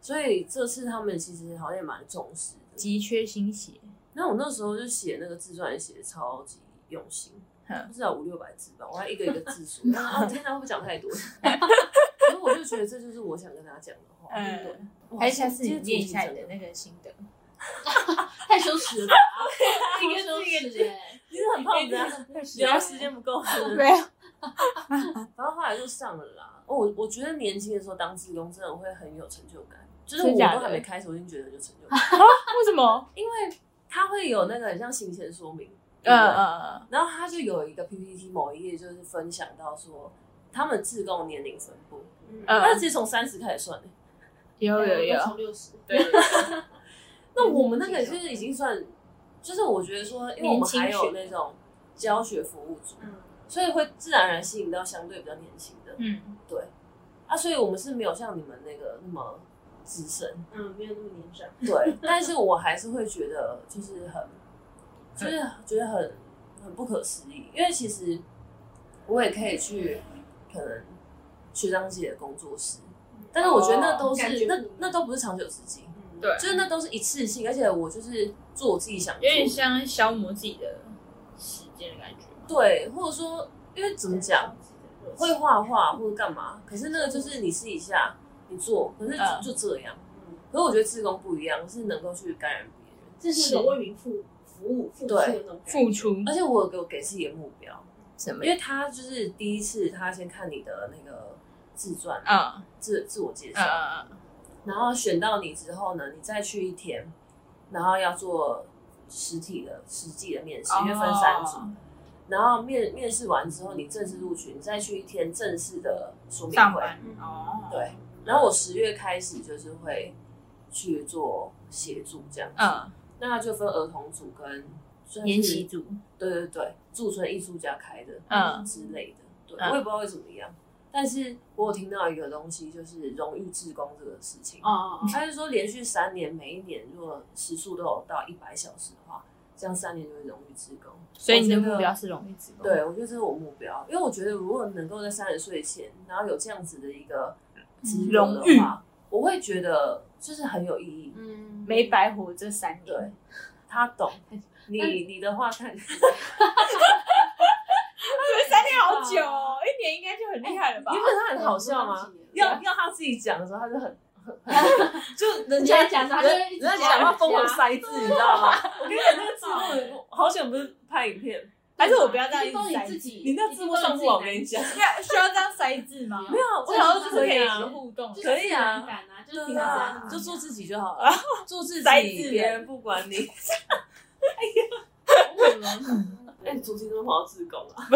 Speaker 1: 所以这次他们其实好像也蛮重视的。
Speaker 2: 急缺新血，
Speaker 1: 那我那时候就写那个自传，写的超级用心，
Speaker 2: 哼
Speaker 1: 至少五六百字吧，我还一个一个字 数。然后啊天哪，会不会讲太多？所以我就觉得这就是我想跟大家讲的话。对，
Speaker 2: 嗯，
Speaker 1: 哇
Speaker 2: 还是下次你
Speaker 1: 今天主
Speaker 2: 念一
Speaker 1: 题
Speaker 2: 下
Speaker 1: 真
Speaker 2: 你的那个心得，
Speaker 3: 太羞耻 了吧，太羞耻哎！
Speaker 1: 你是很胖的啊，
Speaker 3: 太羞耻了
Speaker 1: 聊时间不够。
Speaker 2: 没有，
Speaker 1: 反正后来就上了啦。哦，我我觉得年轻的时候当志工真的会很有成就感，就是我
Speaker 2: 真
Speaker 1: 都
Speaker 2: 假的
Speaker 1: 还没开始，我已经觉得有成就感，
Speaker 2: 为什么？
Speaker 1: 因为它会有那个很像行前说明，
Speaker 2: 嗯
Speaker 1: 对不对
Speaker 2: 嗯
Speaker 1: 然后他就有一个 PPT 某一页就是分享到说他们自贡年龄分布，
Speaker 2: 嗯
Speaker 1: 他、其实从三十开始算欸的。
Speaker 2: 嗯，有有有，
Speaker 4: 从六十，
Speaker 2: 对，
Speaker 1: 那我们那个就是已经算，就是我觉得说，因为我们还有那种教学服务组，
Speaker 4: 嗯，
Speaker 1: 所以会自然而然吸引到相对比较年轻的
Speaker 2: 嗯，
Speaker 1: 啊，所以我们是没有像你们那个那么资深，
Speaker 4: 嗯，没有那么年长。
Speaker 1: 对， 但是我还是会觉得就是很，就是觉得很很不可思议，因为其实我也可以去可能学长姐的工作室，
Speaker 2: 嗯
Speaker 1: 但是我觉得
Speaker 2: 哦
Speaker 1: 那都
Speaker 4: 感
Speaker 1: 是、
Speaker 4: 觉不
Speaker 1: 那
Speaker 4: 一样
Speaker 1: 那都不是长久之计，
Speaker 4: 嗯
Speaker 2: 对
Speaker 1: 就是那都是一次性，而且我就是做我自己想做
Speaker 2: 有点
Speaker 1: 的。
Speaker 2: 像消磨自己的时间的感觉。
Speaker 1: 对，或者说，因为怎么讲，？会画画或者干嘛，可是那个就是你私底下你做，可是就,、
Speaker 2: 嗯
Speaker 1: 这样。
Speaker 4: 嗯，
Speaker 1: 可是我觉得志工不一样，是能够去感染别人，
Speaker 4: 这是一种为民服服务付出的那种感觉
Speaker 2: 付。出
Speaker 1: 而且我有给我给自己的目标，
Speaker 2: 呃什么
Speaker 1: 因？为他就是第一次，他先看你的那个自传、啊
Speaker 2: 嗯
Speaker 1: 自自我介
Speaker 2: 嗯
Speaker 1: 绍，
Speaker 2: 嗯嗯，
Speaker 1: 然后选到你之后呢，你再去一天，然后要做实体的实际的面试，因为分三组。
Speaker 2: 哦
Speaker 1: 然后面面试完之后，你正式入群，再去一天正式的说明
Speaker 2: 嗯上
Speaker 1: 会。
Speaker 2: 班哦，
Speaker 1: 对，然后我十月开始就是会去做协助这样子。
Speaker 2: 嗯，
Speaker 1: 那就分儿童组跟算是
Speaker 2: 研习，组，
Speaker 1: 对对对，驻村艺术家开的，
Speaker 2: 嗯
Speaker 1: 之类的。对，
Speaker 2: 嗯
Speaker 1: 我也不知道会怎么样，但是我有听到一个东西，就是荣誉志工这个事情。
Speaker 3: 哦哦哦，
Speaker 1: 他是说连续三年，每一年如果时数都有到一百小时的话，这样三年就会荣誉志工。
Speaker 2: 所以你的
Speaker 1: 我觉得
Speaker 2: 目标是容易成功。
Speaker 1: 对，我觉得这是我目标，因为我觉得如果能够在三十岁前，然后有这样子的一个职位
Speaker 2: 嗯荣
Speaker 1: 的
Speaker 2: 誉
Speaker 1: 话，我会觉得就是很有意义。
Speaker 4: 嗯，
Speaker 2: 没白活这三年。
Speaker 1: 对，他懂你，
Speaker 2: 嗯
Speaker 1: 你的话 看，
Speaker 2: 三年好久哦，一年应该就很厉害了吧
Speaker 1: 你？不觉得他很好笑吗？要要他自己讲的时候，他就很。很就人
Speaker 4: 人
Speaker 1: 家
Speaker 4: 家讲的他就
Speaker 1: 人
Speaker 4: 一直
Speaker 1: 人家
Speaker 4: 讲
Speaker 1: 讲话疯狂
Speaker 4: 加
Speaker 1: 塞字，你知道吗？我跟你讲，那个字幕，好险不是拍影片，
Speaker 2: 还是我不要这样
Speaker 4: 都你
Speaker 2: 一直塞
Speaker 4: 自
Speaker 2: 字？
Speaker 4: 己，
Speaker 1: 你那字幕上不好，我跟你讲。
Speaker 2: 需要需要这样塞字吗？
Speaker 1: 没有，我
Speaker 2: 我想
Speaker 1: 想
Speaker 2: 说
Speaker 1: 说这
Speaker 2: 这是
Speaker 1: 是
Speaker 2: 可
Speaker 1: 可
Speaker 2: 以
Speaker 1: 以
Speaker 2: 有
Speaker 1: 啊
Speaker 2: 个互动的，
Speaker 1: 可以啊
Speaker 4: 敢啊，就是
Speaker 1: 对
Speaker 4: 平常这
Speaker 1: 啊
Speaker 4: 样，
Speaker 1: 就做自己就好了，做自己，别人不管你。哎，主题怎么跑到自贡啊？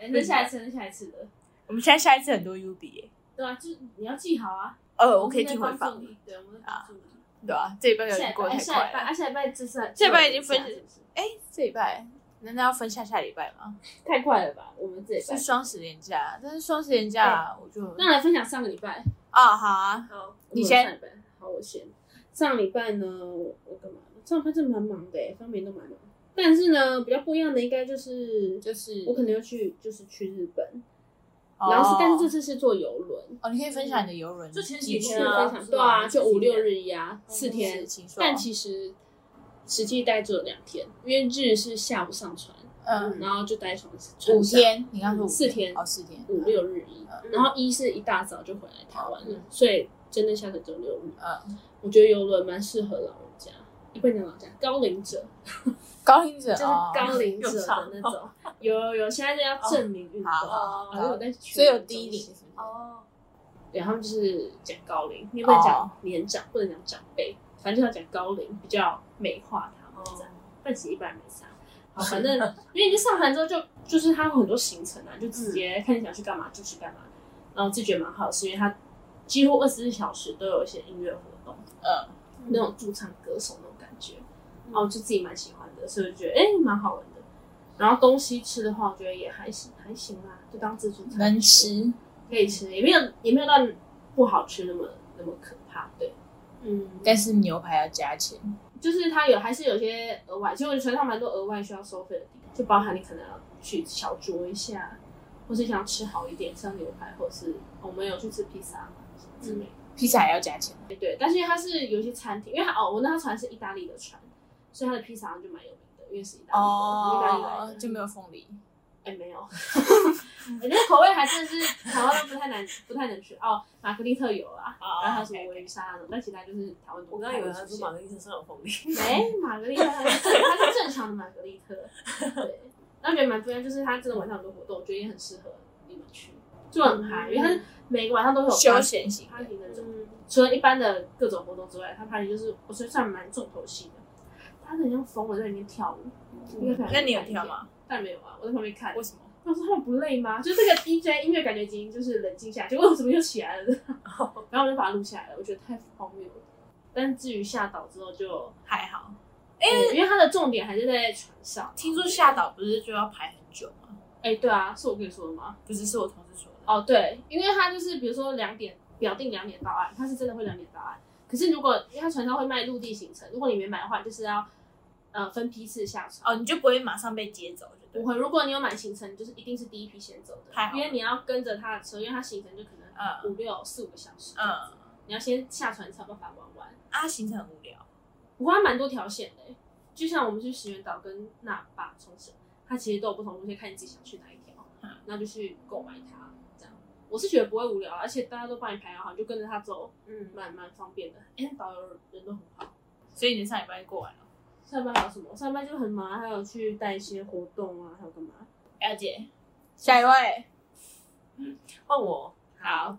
Speaker 3: 哎那下一次，那下一次的，
Speaker 2: 我们现在下一次很多 U B 耶，
Speaker 4: 对啊，就是你要记好啊。
Speaker 2: 呃，
Speaker 4: 我
Speaker 2: 我可以
Speaker 4: 们在
Speaker 2: 听回
Speaker 4: 帮助
Speaker 2: 放，
Speaker 4: 你，对，我们
Speaker 2: 啊
Speaker 4: 帮助你。
Speaker 2: 对啊，这一半有
Speaker 4: 下
Speaker 2: 点
Speaker 4: 一
Speaker 2: 过
Speaker 4: 拜，
Speaker 2: 得
Speaker 4: 哎
Speaker 2: 太
Speaker 4: 下
Speaker 2: 快
Speaker 4: 一拜，
Speaker 2: 了，
Speaker 4: 啊，下一拜这算，
Speaker 2: 下一拜已经分
Speaker 4: 是不是
Speaker 2: 这一拜。难道要分下下礼拜吗？
Speaker 3: 太快了吧？我们这一
Speaker 2: 是
Speaker 3: 拜，
Speaker 2: 双十连假，但是双十连假啊我就
Speaker 3: 那来分享上个礼拜，
Speaker 2: 啊好啊，
Speaker 3: 好，
Speaker 2: 你先
Speaker 3: 我上礼拜。好，我先。上礼拜呢，我我干嘛？上礼拜真的蛮忙的耶，方面都蛮忙。但是呢，比较不一样的应该就是，
Speaker 2: 就是
Speaker 3: 我可能要去，就是去日本。然后是，但是这次是坐游轮，
Speaker 2: 哦，你可以分享你的游轮
Speaker 1: 就前几
Speaker 3: 是
Speaker 1: 天
Speaker 3: 非
Speaker 1: 啊
Speaker 3: 常
Speaker 1: 是
Speaker 3: 对
Speaker 1: 吧
Speaker 3: 啊，就五六日一啊，四
Speaker 2: 哦是
Speaker 3: 天。
Speaker 2: 请说
Speaker 3: 但其实实际待只有两天，因为日是下午上船，
Speaker 2: 嗯
Speaker 3: 然后就待船船
Speaker 2: 五
Speaker 3: 上
Speaker 2: 天，你刚说五
Speaker 3: 四天
Speaker 2: 哦四天，
Speaker 3: 五六日一
Speaker 2: 嗯，
Speaker 3: 然后一是一大早就回来台湾了
Speaker 1: 嗯，
Speaker 3: 所以真正下水只有六日。
Speaker 2: 嗯，
Speaker 3: 我觉得游轮蛮适合老人家，也不能讲老人家，高龄者
Speaker 2: 哦高龄者
Speaker 3: 就是
Speaker 2: 哦
Speaker 3: 高龄者
Speaker 1: 又
Speaker 3: 的
Speaker 1: 长
Speaker 3: 那种。有有有，现在就要证明运动，
Speaker 2: 好哦好
Speaker 3: 然后我在群
Speaker 2: 所以有
Speaker 3: 中
Speaker 2: 低龄
Speaker 3: 写
Speaker 2: 是不是
Speaker 1: 哦，
Speaker 3: 对，他们就是讲高龄，你也不能
Speaker 2: 哦
Speaker 3: 讲年长，不能讲长辈，反正就要讲高龄，比较美化他
Speaker 2: 哦
Speaker 3: 们这样。但其实一般人没啥。好，反正因为你上船之后就就是他有很多行程啊，就直
Speaker 2: 嗯
Speaker 3: 接看你想去干嘛就去干嘛。然后自己觉得蛮好，是因为他几乎二十四小时都有一些音乐活动，
Speaker 2: 嗯，
Speaker 3: 那种驻唱歌手那种感觉，然后就自己蛮喜欢的，所以就觉得哎蛮、好玩的。然后东西吃的话，我觉得也还行，还行啦，就当自助餐
Speaker 2: 能吃，
Speaker 3: 可以吃，也没有也没有到不好吃那么那么可怕，对，嗯，
Speaker 2: 但是牛排要加钱，
Speaker 3: 就是它有还是有些额外，其实我觉得它蛮多额外需要收费的地方，就包含你可能要去小酌一下，或是想吃好一点，像牛排，或是我们有去吃披萨之类的。
Speaker 2: 披萨也要加钱，
Speaker 3: 对，但是因为它是有一些餐厅，因为它哦，我那条船是意大利的船，所以它的披萨好像就蛮有名的，因为是意大利的，意大利来的。
Speaker 2: 哦就没有凤梨，
Speaker 3: 哎、没有， 我觉得口味还真的是台湾都不太难，不太能吃哦。玛格丽特有啊，
Speaker 2: 哦
Speaker 3: 然后还有什么维鱼沙拉的，但其他就是台湾
Speaker 1: 我刚刚以为他说玛格丽特上有凤梨，
Speaker 3: 没玛格丽特，它是正它是正常的玛格丽特。对，那我觉得蛮不一样，就是它真的晚上很多活动，我觉得也很适合。地方去，就很嗨，因为它是每个晚上都会有
Speaker 2: 休闲型的
Speaker 3: party 那种。
Speaker 5: 嗯，
Speaker 3: 除了一般的各种活动之外，它 party 就是我觉得算蛮重头戏的。他很像疯了在里面跳舞，应该可能
Speaker 6: 那你有跳吗？
Speaker 3: 但没有啊，我在旁边看
Speaker 6: 为。什么？
Speaker 3: 我说他们不累吗？就这个 DJ 音乐感觉已经就是冷静下来，结果怎么又起来了？然后我就把它录下来了，我觉得太荒谬了。但至于下岛之后就，
Speaker 6: 还好，
Speaker 3: 嗯因为它的重点还是在船上。
Speaker 6: 听说下岛不是就要排很久吗？
Speaker 3: 哎、对啊，是我跟你说的吗？
Speaker 6: 不是，是我同事说的。
Speaker 3: 哦，对，因为他就是比如说两点表定两点到岸，他是真的会两点到岸。可是如果因为他船上会卖陆地行程，如果你没买的话，你就是要呃分批次下船。
Speaker 6: 哦，你就不会马上被接走，就对
Speaker 3: 不。会，如果你有买行程，就是一定是第一批先走
Speaker 6: 太
Speaker 3: 的，
Speaker 6: 好
Speaker 3: 因为你要跟着他的车，因为他行程就可能
Speaker 6: 嗯
Speaker 3: 五六四五个小时，
Speaker 6: 嗯，
Speaker 3: 你要先下船才有办法玩完。
Speaker 6: 啊，行程很无聊。
Speaker 3: 不过它蛮多条线的欸，就像我们去石原岛跟那霸冲绳，它其实都有不同路线，看你自己想去哪一条，
Speaker 1: 嗯
Speaker 3: 然后就去购买它。这样，我是觉得不会无聊啊，而且大家都帮你排好，你就跟着他走，
Speaker 6: 嗯，
Speaker 3: 蛮蛮方便的。哎、那导游人都很好。
Speaker 6: 所以你上礼拜过完了。
Speaker 3: 上班还有什么？上班就很忙，还有去带一些活动啊，还有干嘛？
Speaker 6: 了解。
Speaker 2: 下一位，
Speaker 1: 换我，
Speaker 6: 好，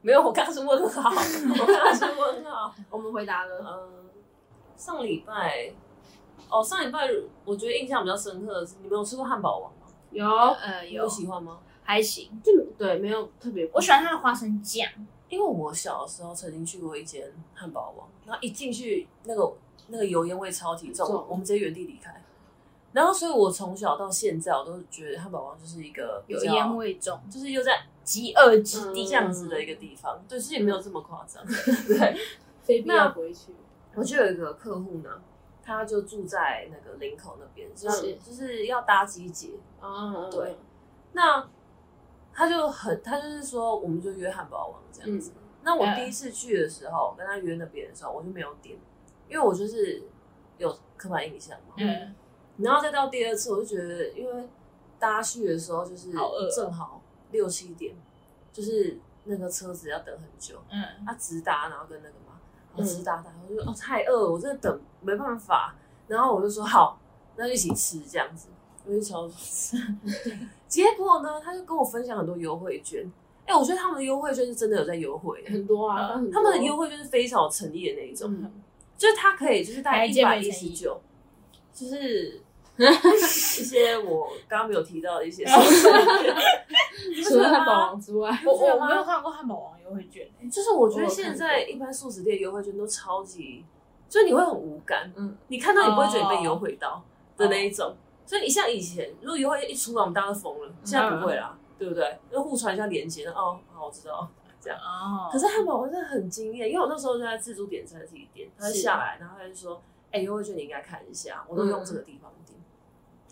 Speaker 1: 没有，我刚刚是问号，我刚刚是问号。
Speaker 3: 我们回答了，
Speaker 1: 嗯，上礼拜，哦，上礼拜我觉得印象比较深刻的是，你们有吃过汉堡王吗？
Speaker 3: 有
Speaker 6: 呃，
Speaker 1: 你
Speaker 6: 有
Speaker 1: 们喜欢吗？
Speaker 6: 还行。
Speaker 3: 就对，没有特别。
Speaker 2: 我喜欢它的花生酱，
Speaker 1: 因为我小的时候曾经去过一间汉堡王，然后一进去那个那个油烟味超体重
Speaker 3: 重，
Speaker 1: 我们直接原地离开。然后，所以我从小到现在，我都觉得汉堡王就是一个比
Speaker 2: 有
Speaker 1: 较
Speaker 2: 烟，味重，
Speaker 1: 就是又在
Speaker 2: 极恶之
Speaker 1: 这
Speaker 2: 地。
Speaker 1: 样子的一个地方。对，其实也没有这么夸张。 对，
Speaker 3: 非必
Speaker 1: 那
Speaker 3: 要不会去。
Speaker 1: 我就有一个客户呢，他就住在那个林口那边，就是
Speaker 2: 是
Speaker 1: 就是要搭机捷，
Speaker 3: 啊，
Speaker 1: 对，那他就很，他就是说，我们就约汉堡王这样子。
Speaker 6: 嗯
Speaker 3: 嗯
Speaker 1: 那我第一次去的时候，跟他约那边的时候，我就没有点，因为我就是有刻板印象嘛。
Speaker 6: 嗯，
Speaker 1: 然后再到第二次，我就觉得，因为大家去的时候就是
Speaker 6: 好饿哦
Speaker 1: 正好六七点，就是那个车子要等很久，
Speaker 6: 嗯，
Speaker 1: 啊直达，然后跟那个嘛，然
Speaker 3: 嗯
Speaker 1: 后直达达，我就说哦太饿了，我真的等没办法，然后我就说好，那就一起吃这样子，我就超吃。 结果呢，他就跟我分享很多优惠券，哎、我觉得他们的优惠券是真的有在优惠、
Speaker 3: 很多啊，
Speaker 6: 呃
Speaker 3: 很多
Speaker 1: 嗯他们的优惠券是非常有诚意的那一种，
Speaker 3: 嗯
Speaker 1: 就是他可以就是大概
Speaker 2: 还
Speaker 1: 一
Speaker 2: 见
Speaker 1: 百
Speaker 2: 面
Speaker 1: 一
Speaker 2: 诚
Speaker 1: 十
Speaker 2: 意
Speaker 1: 九，就是。 一些我刚刚没有提到的一 些事情，
Speaker 3: 除了汉堡王之外，
Speaker 2: 我
Speaker 1: 真的
Speaker 2: 我
Speaker 1: 吗
Speaker 2: 没有看过汉堡王优惠券，
Speaker 1: 就是我觉
Speaker 3: 我
Speaker 1: 得
Speaker 3: 有
Speaker 1: 现
Speaker 3: 看
Speaker 1: 在
Speaker 3: 过
Speaker 1: 一般素食店优惠券都超级，就是你会很无感，
Speaker 3: 嗯，哦
Speaker 1: 你看到你不会觉得你被优惠到的那一种。所以你像以前，如果优惠一出来，我们大家都疯了。现在不会
Speaker 3: 嗯
Speaker 1: 啦，对不对？就互传一下链接，哦，好，我知道。
Speaker 2: 哦
Speaker 1: 可是汉堡我真的很惊艳，因为我那时候就在自助点餐自己点，他就是下来，然后他就说：“哎、优惠券你应该看一下，我都用
Speaker 3: 嗯
Speaker 1: 这个地方点。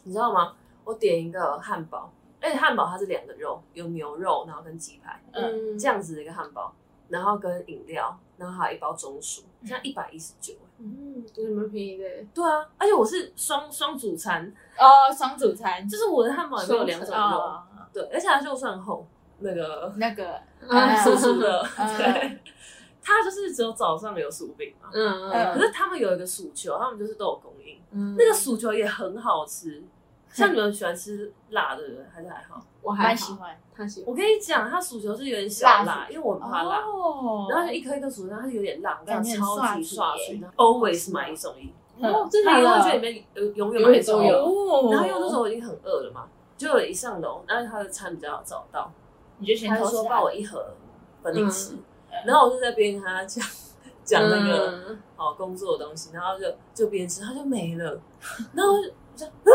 Speaker 1: 你知道吗？我点一个汉堡，而且汉堡它是两个肉，有牛肉，然后跟鸡排，
Speaker 3: 嗯，
Speaker 1: 这样子的一个汉堡，然后跟饮料，然后还有一包中薯，现在一百一十九。
Speaker 3: 嗯，有什么便宜的？
Speaker 1: 对啊，而且我是双双主餐，
Speaker 2: 哦，双主餐
Speaker 1: 就是我的汉堡里面有两种肉，
Speaker 2: 哦，
Speaker 1: 对，而且它就算厚，那 个
Speaker 2: 那个
Speaker 3: 啊
Speaker 1: 酥酥的，
Speaker 2: 嗯
Speaker 1: 对， 它就是只有早上有薯饼嘛。
Speaker 3: 嗯
Speaker 1: 可是他们有一个薯球，他们就是都有供应，
Speaker 3: 嗯
Speaker 1: 那个薯球也很好吃。像你们喜欢吃辣的人，还是还好？
Speaker 3: 我还
Speaker 2: 蛮喜
Speaker 3: 好，
Speaker 2: 欢
Speaker 3: 他喜欢，
Speaker 1: 我跟你讲，它薯球是有点小辣，
Speaker 2: 嗯辣
Speaker 1: 因为我很怕辣。
Speaker 2: 哦
Speaker 1: 然后就一颗一颗薯条，它是有点辣，但
Speaker 2: 感觉很
Speaker 1: 超级
Speaker 2: 刷
Speaker 1: 刷
Speaker 2: 嘴
Speaker 1: 水。然后 always 买一送一，
Speaker 3: 哦，真
Speaker 1: 它
Speaker 3: 的
Speaker 1: 优
Speaker 3: 有
Speaker 1: 惠券里面呃永远
Speaker 3: 永远
Speaker 1: 买一送
Speaker 3: 都
Speaker 1: 一
Speaker 3: 有
Speaker 2: 哦
Speaker 1: 然后因为那时候我已经很饿了嘛，就一上楼，然后他的餐比较好找到，
Speaker 2: 你就先
Speaker 1: 他就
Speaker 2: 偷
Speaker 1: 说
Speaker 2: 吃
Speaker 1: 帮
Speaker 2: 它，
Speaker 1: 我一盒本领
Speaker 3: 嗯
Speaker 1: 吃，然后我就在边跟他讲讲那个
Speaker 3: 嗯
Speaker 1: 哦工作的东西，然后就就边吃，他就没 了，然后我就我就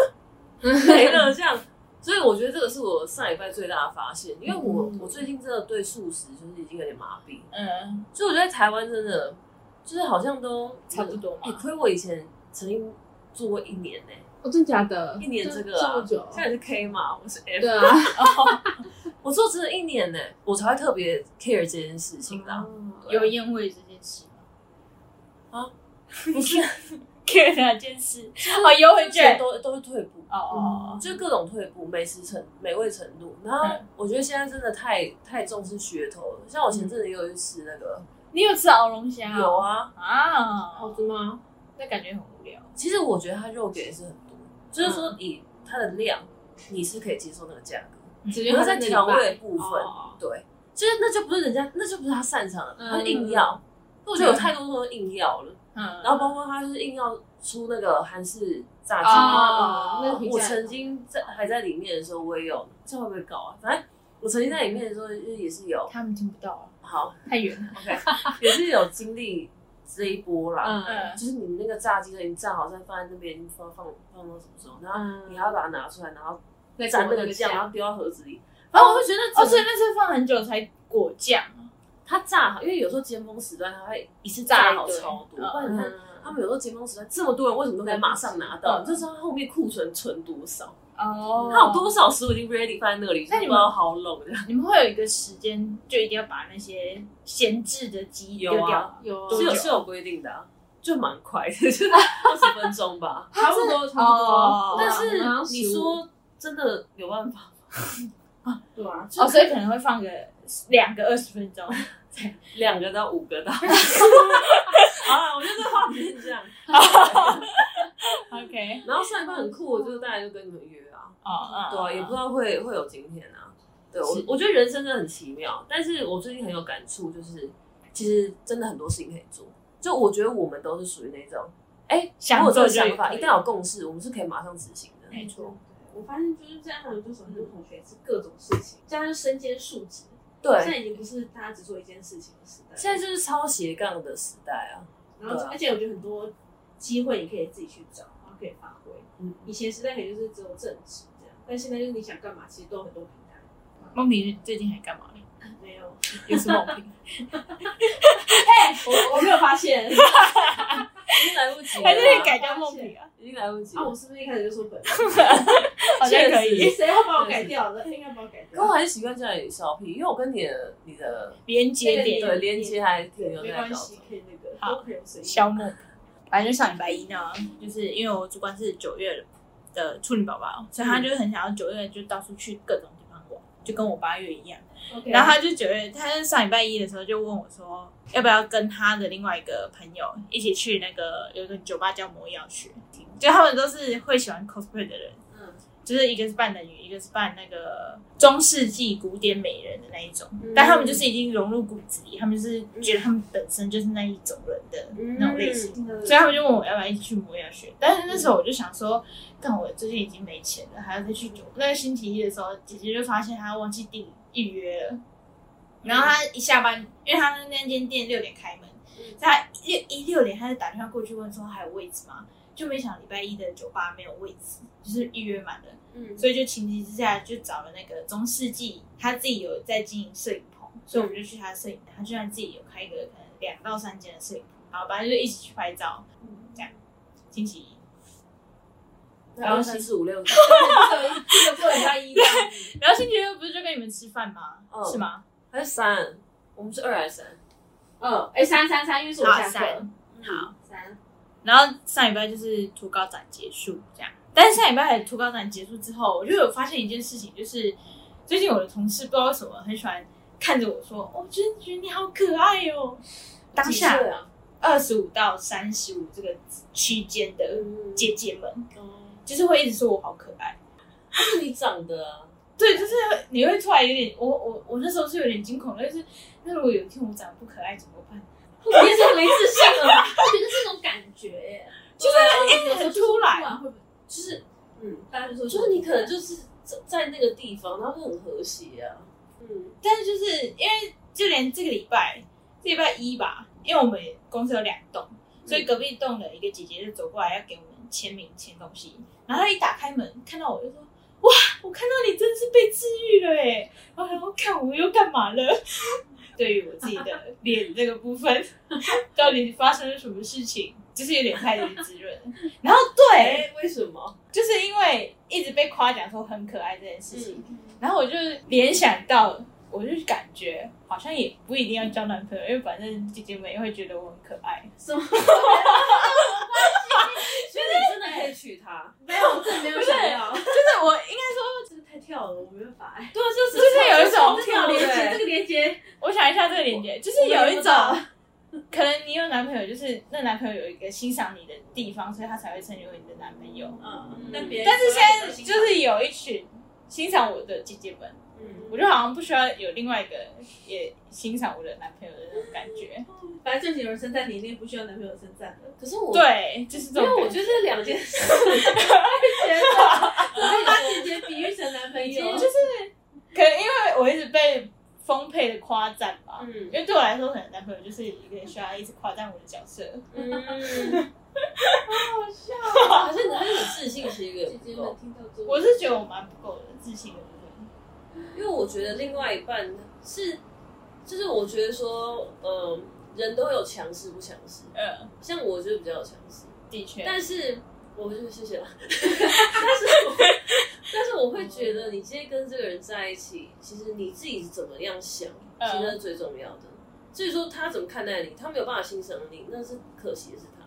Speaker 1: 嗯没了这样。所以我觉得这个是我上礼拜最大的发现，因为我、
Speaker 3: 嗯
Speaker 1: 我最近真的对素食就是已经有点麻痹，
Speaker 2: 嗯，
Speaker 1: 所以我觉得台湾真的就是好像都
Speaker 2: 差不多
Speaker 1: 哎、
Speaker 2: 嘛，
Speaker 1: 亏我以前曾经做过一年呢、
Speaker 3: 哦，真假的？
Speaker 1: 一年这个
Speaker 3: 这
Speaker 1: 啊，
Speaker 3: 么久？
Speaker 1: 现在是 K 嘛，我是 F，
Speaker 3: 对啊，
Speaker 2: 哦
Speaker 1: 我说真的，一年呢、我才会特别 care 这件事情啦。
Speaker 3: 哦
Speaker 2: 有烟味这件事吗？
Speaker 1: 啊，
Speaker 2: 不是 care 那件事哦，优惠券
Speaker 1: 都都会退步，
Speaker 2: 哦哦，
Speaker 1: 就各种退步，美食程美味程度。然后
Speaker 2: 嗯
Speaker 1: 我觉得现在真的太太重视噱头了，像我前阵子也有去吃那个，
Speaker 2: 你有吃熬龙虾？
Speaker 1: 有啊，
Speaker 2: 啊
Speaker 3: 好，吃哦吗？
Speaker 2: 那感觉很无聊。
Speaker 1: 其实嗯我觉得它肉给的是很多，就是说以它的量，你是可以接受那个价格，
Speaker 3: 只
Speaker 1: 然
Speaker 3: 约
Speaker 1: 后
Speaker 3: 他
Speaker 1: 嗯在
Speaker 3: 那个
Speaker 1: 调
Speaker 3: 礼拜
Speaker 1: 味的部分
Speaker 3: 哦
Speaker 1: 对，就是那就不是人家，那就不是他擅长的，他
Speaker 3: 嗯啊
Speaker 1: 硬要。那我觉得有太多种硬要了，
Speaker 2: 嗯，
Speaker 1: 然后包括他就是硬要出那个韩式炸鸡。
Speaker 3: 哦，那个评
Speaker 1: 嗯我
Speaker 3: 价
Speaker 1: 曾经在还在里面的时候，我也有，这会不会搞啊？反正我曾经在里面的时候，就是也是有
Speaker 7: 他们听不到啊，
Speaker 1: 好
Speaker 7: 太远了。
Speaker 1: OK，也是有经历这一波啦。
Speaker 3: 嗯，
Speaker 2: 嗯
Speaker 1: 就是你那个炸鸡都已经炸好，再放在那边，不知道放放到什么时候，然后
Speaker 3: 嗯
Speaker 1: 你还要把它拿出来，然后
Speaker 3: 在
Speaker 1: 沾那
Speaker 3: 国
Speaker 1: 个
Speaker 3: 内
Speaker 1: 酱，然
Speaker 3: 下
Speaker 1: 后丢到盒子里。然后我会觉得
Speaker 2: 哦，
Speaker 1: 整
Speaker 2: 所以
Speaker 1: 个
Speaker 2: 那是放很久才果酱，
Speaker 1: 它炸好，因为有时候尖峰时段它会一次
Speaker 2: 炸
Speaker 1: 好
Speaker 2: 一堆
Speaker 1: 超多，
Speaker 2: 嗯
Speaker 1: 不然你看他
Speaker 3: 嗯，
Speaker 1: 们有时候尖峰时段这么多人为什么都没马上拿到？
Speaker 2: 嗯
Speaker 1: 你就知道它后面库存存多少，
Speaker 2: 哦
Speaker 1: 它有多少食物已经 ready 放在那里，
Speaker 2: 那你
Speaker 1: 不
Speaker 2: 们
Speaker 1: 知道好冷的。
Speaker 2: 你们会有一个时间，就一定要把那些闲置的鸡丢
Speaker 1: 有
Speaker 2: 掉
Speaker 1: 啊
Speaker 2: 吗，
Speaker 3: 有
Speaker 1: 是有是有规定的啊、就蛮 快的，就是二十分钟吧。
Speaker 3: 差不多差不
Speaker 2: 哦
Speaker 3: 多，
Speaker 1: 但是
Speaker 3: 好像
Speaker 1: 你
Speaker 3: 15
Speaker 1: 说真的有办法吗？
Speaker 3: 对啊，
Speaker 2: 哦，所以可能会放个两个二十分钟。
Speaker 1: 两个到五个 到。好了，我觉得这话题是这样。
Speaker 2: OK，
Speaker 1: 然后上一班很酷，我就大家就跟你们约啊，
Speaker 2: 哦，嗯，
Speaker 1: 对啊，也不知道会会有今天啊。对我
Speaker 2: 是，
Speaker 1: 我觉得人生真的很奇妙，但是我最近很有感触，就是其实真的很多事情可以做。就我觉得我们都是属于那种，哎、
Speaker 2: 想
Speaker 1: 如果有这个
Speaker 2: 做就
Speaker 1: 想法，
Speaker 2: 可以
Speaker 1: 一旦有共识，我们是可以马上执行的。
Speaker 2: 没错，
Speaker 3: 我发现就是现在他们就是很多同学是各种事情，加上身兼数职，现
Speaker 1: 对，
Speaker 3: 在已经不是大家只做一件事情的时代。
Speaker 1: 现在就是超斜杠的时代啊。
Speaker 3: 然后
Speaker 1: 对啊
Speaker 3: 而且我觉得很多机会你可以自己去找，然后可以发挥。
Speaker 1: 嗯
Speaker 3: 以前时代可能就是只有正职这样，但现在就是你想干嘛，其实都有很多平台。
Speaker 7: 梦萍最近还干嘛呢？
Speaker 3: 没有，
Speaker 7: 也是梦 萍，
Speaker 3: 我我没有发现。
Speaker 1: 已经来不及了啊，
Speaker 7: 还是可以改掉梦萍啊？
Speaker 1: 已经来不及
Speaker 3: 啊，
Speaker 1: 了
Speaker 3: 我。是不是一开始就说本人？
Speaker 7: 好像可
Speaker 1: 确
Speaker 7: 以
Speaker 3: 谁要把我改掉的？应该把我改
Speaker 1: 可我
Speaker 3: 掉。
Speaker 1: 还是习惯叫你小 P，因为我跟你的你的
Speaker 7: 连接
Speaker 3: 那
Speaker 7: 点
Speaker 3: 个
Speaker 1: 对连接还停留
Speaker 3: 没
Speaker 1: 在
Speaker 3: 关
Speaker 1: 高
Speaker 3: 系
Speaker 1: 中，，
Speaker 3: 可以那个
Speaker 7: 好
Speaker 3: 都可以随意。
Speaker 7: 消磨。
Speaker 2: 反正就上礼拜一呢，就是因为我主管是九月的处女宝宝，所以他就是很想要九月就到处去各种地方玩，就跟我八月一样。
Speaker 3: OK，
Speaker 2: 然后他就九月，他上礼拜一的时候就问我说，要不要跟他的另外一个朋友一起去那个有一个酒吧叫魔药学，就他们都是会喜欢 cosplay 的人，
Speaker 3: 嗯
Speaker 2: 就是一个是扮男女，一个是扮那个中世纪古典美人的那一种，但他们就是已经融入骨子里，他们就是觉得他们本身就是那一种人的那种类型。
Speaker 3: 嗯
Speaker 2: 所以他们就问我要不要一起去磨牙学，但是那时候我就想说，但我最近已经没钱了，还要再去酒。那个星期一的时候，姐姐就发现她忘记订预约了，然后她一下班，因为她那间店六点开门，所以她六一六点她就打电话过去问说还有位置吗？就没想到礼拜一的酒吧没有位置，就是预约满了，
Speaker 3: 嗯
Speaker 2: 所以就情急之下就找了那个中世纪，他自己有在经营摄影棚，所以我们就去他的摄影棚，他居然自己有开一个可能两到三间的摄影棚，然后反正就一起去拍照，这样星期一。
Speaker 1: 然后三四五六七，
Speaker 3: 这个做礼拜一这样子。
Speaker 2: 然后星期六不是就跟你们吃饭吗？
Speaker 1: 嗯
Speaker 2: 是吗？
Speaker 1: 还是三，我们是二还是三？
Speaker 3: 嗯，哎，三三三，因为是我
Speaker 2: 好
Speaker 3: 下课。
Speaker 2: 三
Speaker 3: 好，三。
Speaker 2: 然后上礼拜就是图高展结束这样，但是上礼拜的图高展结束之后，我就有发现一件事情，就是最近我的同事不知道为什么很喜欢看着我说，哦我觉得觉得你好可爱哦。当下
Speaker 3: 几岁啊
Speaker 2: 二十五到三十五这个区间的
Speaker 3: 嗯
Speaker 2: 姐姐们，就是会一直说我好可爱。
Speaker 1: 是 你长的啊，
Speaker 2: 对，就是你会突然有点，我我我那时候是有点惊恐的，就是那如果有一天我长得不可爱怎么办？
Speaker 3: 你也是没自信啊 了吧？我觉得是种感觉耶，就是
Speaker 2: 很突然，
Speaker 3: 会不会
Speaker 1: 就是
Speaker 3: 嗯，大家就说
Speaker 1: 就是你可能就是在在那个地方，然后就很和谐啊。
Speaker 3: 嗯
Speaker 2: 但是就是因为就连这个礼拜，这礼拜一吧，因为我们公司有两栋，所以隔壁栋的一个姐姐就走过来要给我们签名签东西，然后她一打开门看到我就说。哇！我看到你真是被治愈了哎！然后想说看我又干嘛了？ 对于我自己的脸这个部分，到底发生了什么事情？就是有点太滋润了。然后对，
Speaker 1: 哎，为什么？
Speaker 2: 就是因为一直被夸奖说很可爱这件
Speaker 3: 嗯
Speaker 2: 事情，然后我就联想到，我就感觉好像也不一定要交男朋友，因为反正姐姐们也会觉得我很可爱。
Speaker 3: 什么？
Speaker 1: 所以你真的可以娶她，
Speaker 3: 没有，我真的没有想到，
Speaker 2: 就是我应该
Speaker 3: 真的太跳了，我没办法哎。
Speaker 1: 对啊，就是
Speaker 2: 就是有一种
Speaker 1: 这
Speaker 3: 这
Speaker 1: 个
Speaker 3: 个连
Speaker 1: 连
Speaker 3: 接，这
Speaker 1: 接，
Speaker 3: 个连接，
Speaker 2: 我想一下这个连接，就是有一种可能你有男朋友，就是那男朋友有一个欣赏你的地方，所以他才会成为你的男朋友。
Speaker 3: 嗯
Speaker 1: 那
Speaker 3: 别
Speaker 2: 但是现在就是有一群欣赏我的姐姐们，
Speaker 3: 嗯，
Speaker 2: 我就好像不需要有另外一个也欣赏我的男朋友的那种感觉。
Speaker 3: 反正就有人称赞你，你也不需要男朋友称赞的。可是我，
Speaker 2: 对，就是这
Speaker 3: 因为
Speaker 2: 种
Speaker 3: 我
Speaker 2: 感觉。
Speaker 3: 觉得这两件 事，我会觉得 我会把姐姐比喻成男朋友，
Speaker 2: 就是可能因为我一直被丰沛的夸赞吧，
Speaker 3: 嗯
Speaker 2: 因为对我来说，可能男朋友就是一个需要一直夸赞我的角色。
Speaker 3: 嗯，
Speaker 1: 还啊是还是你自信其实也
Speaker 3: 姐姐
Speaker 1: 不
Speaker 3: 们
Speaker 1: 够，
Speaker 3: 听到这，
Speaker 2: 我是觉得我蛮不够的自信的部分。
Speaker 1: 因为我觉得另外一半是，就是我觉得说，嗯、人都有强势不强势，
Speaker 2: 嗯，
Speaker 1: 像我就是比较有强势，
Speaker 2: 的确。
Speaker 1: 但是我就是谢谢啦，但是我但是我会觉得你今天跟这个人在一起，其实你自己是怎么样想，
Speaker 2: 嗯
Speaker 1: 其实那是最重要的。所以说他怎么看待你，他没有办法欣赏你，那是可惜的是他。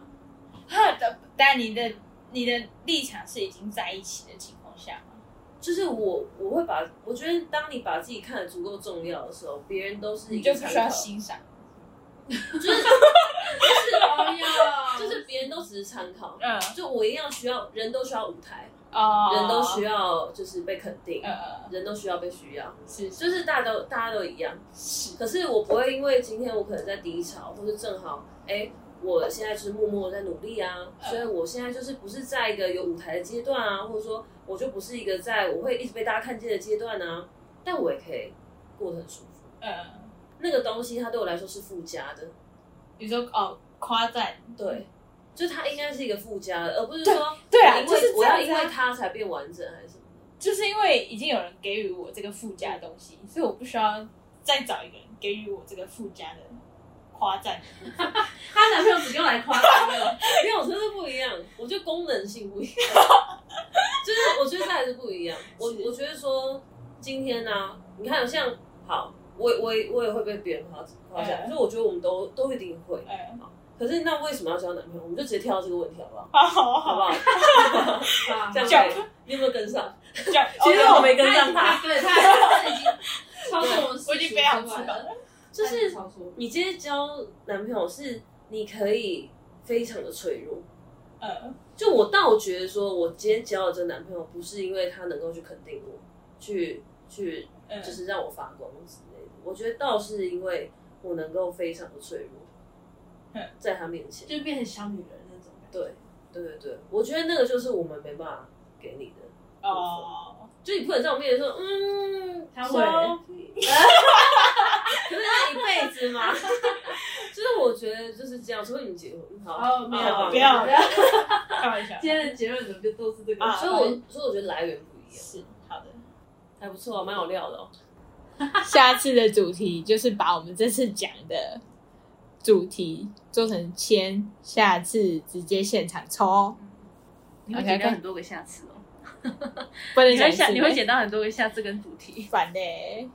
Speaker 2: 哈，但但你的你的立场是已经在一起的情况下吗？
Speaker 1: 就是我我会把，我觉得当你把自己看得足够重要的时候，别人都是
Speaker 2: 你
Speaker 1: 一
Speaker 2: 就
Speaker 1: 个
Speaker 2: 不
Speaker 1: 参
Speaker 2: 需要
Speaker 1: 考，
Speaker 2: 欣赏。
Speaker 1: 哦
Speaker 3: 哎 呀，
Speaker 1: 就是别人都只是参考。
Speaker 2: 嗯，
Speaker 1: 就我一样需要，人都需要舞台，
Speaker 2: 哦，
Speaker 1: 人都需要就是被肯定，
Speaker 2: 呃，
Speaker 1: 人都需要被需要，
Speaker 2: 是是
Speaker 1: 嗯就是大家都大家都一样。
Speaker 2: 是，
Speaker 1: 可是我不会因为今天我可能在低潮，或是正好哎、我现在就是默默地在努力啊，
Speaker 2: 嗯
Speaker 1: 所以我现在就是不是在一个有舞台的阶段啊，或者说我就不是一个在我会一直被大家看见的阶段啊，但我也可以过得很舒服。
Speaker 2: 呃，
Speaker 1: 那个东西它对我来说是附加的，
Speaker 2: 比如说哦，夸赞，
Speaker 1: 对，就它应该是一个附加的，而不是说
Speaker 2: 对对啊
Speaker 1: 我因为、
Speaker 2: 就是这
Speaker 1: 我
Speaker 2: 样
Speaker 1: 要
Speaker 2: 子啊
Speaker 1: 因为它才变完整还是什么的。
Speaker 2: 就是因为已经有人给予我这个附加的东西，所以我不需要再找一个人给予我这个附加的夸赞。
Speaker 3: 她男朋友只用来夸她 了，
Speaker 1: 没有，真的不一样。我觉得功能性不一样，就是我觉得这还是不一样。我我觉得说今天呢、你看像好，我我也我也会被别人夸夸奖，
Speaker 2: 嗯
Speaker 1: 可是我觉得我们都都一定会。
Speaker 2: 呃，
Speaker 1: 可是那为什么要交男朋友？我们就直接跳到这个问题好不好？
Speaker 2: 好好
Speaker 1: 好不
Speaker 2: 好，
Speaker 1: 好？ 这样可以你有没有跟上？
Speaker 2: 这样
Speaker 1: 其实我
Speaker 2: OK，
Speaker 1: 没跟上他，
Speaker 3: 对，她已经 超过我们，
Speaker 2: 我已经非常知道了，
Speaker 1: 就是
Speaker 3: 超出，
Speaker 1: 你今天交男朋友是你可以非常的脆弱。
Speaker 2: 呃，
Speaker 1: 就我倒觉得说，我今天交了这个男朋友，不是因为他能够去肯定我，去去
Speaker 2: 嗯
Speaker 1: 就是让我发光之类的。我觉得倒是因为我能够非常的脆弱
Speaker 2: 嗯，
Speaker 1: 在他面前。
Speaker 3: 就变成小女人那种感觉。
Speaker 1: 对对对对，我觉得那个就是我们没办法给你的，
Speaker 2: 哦，
Speaker 1: 就你不能在我面前说，嗯，
Speaker 3: 她
Speaker 1: 会，
Speaker 3: 会
Speaker 1: 可是要一辈子吗？ 就是我觉得就是这样，除非你们结婚，好，
Speaker 3: 哦，没有，
Speaker 1: 好
Speaker 2: 不
Speaker 3: 没有
Speaker 2: 要，开玩笑，
Speaker 3: 今天的结论怎么就都是这个？
Speaker 2: 啊
Speaker 1: 所以我所以我觉得来源不一样，
Speaker 2: 是好的。
Speaker 1: 还不错，蛮有料的哦。
Speaker 8: 下次的主题就是把我们这次讲的主题做成签，下次直接现场抽，
Speaker 9: 你会剪掉很多个下次哦，
Speaker 8: 不能
Speaker 9: 你会
Speaker 8: 讲
Speaker 9: 想
Speaker 8: 是
Speaker 9: 你会剪到很多个下次跟主题。
Speaker 8: 烦嘞、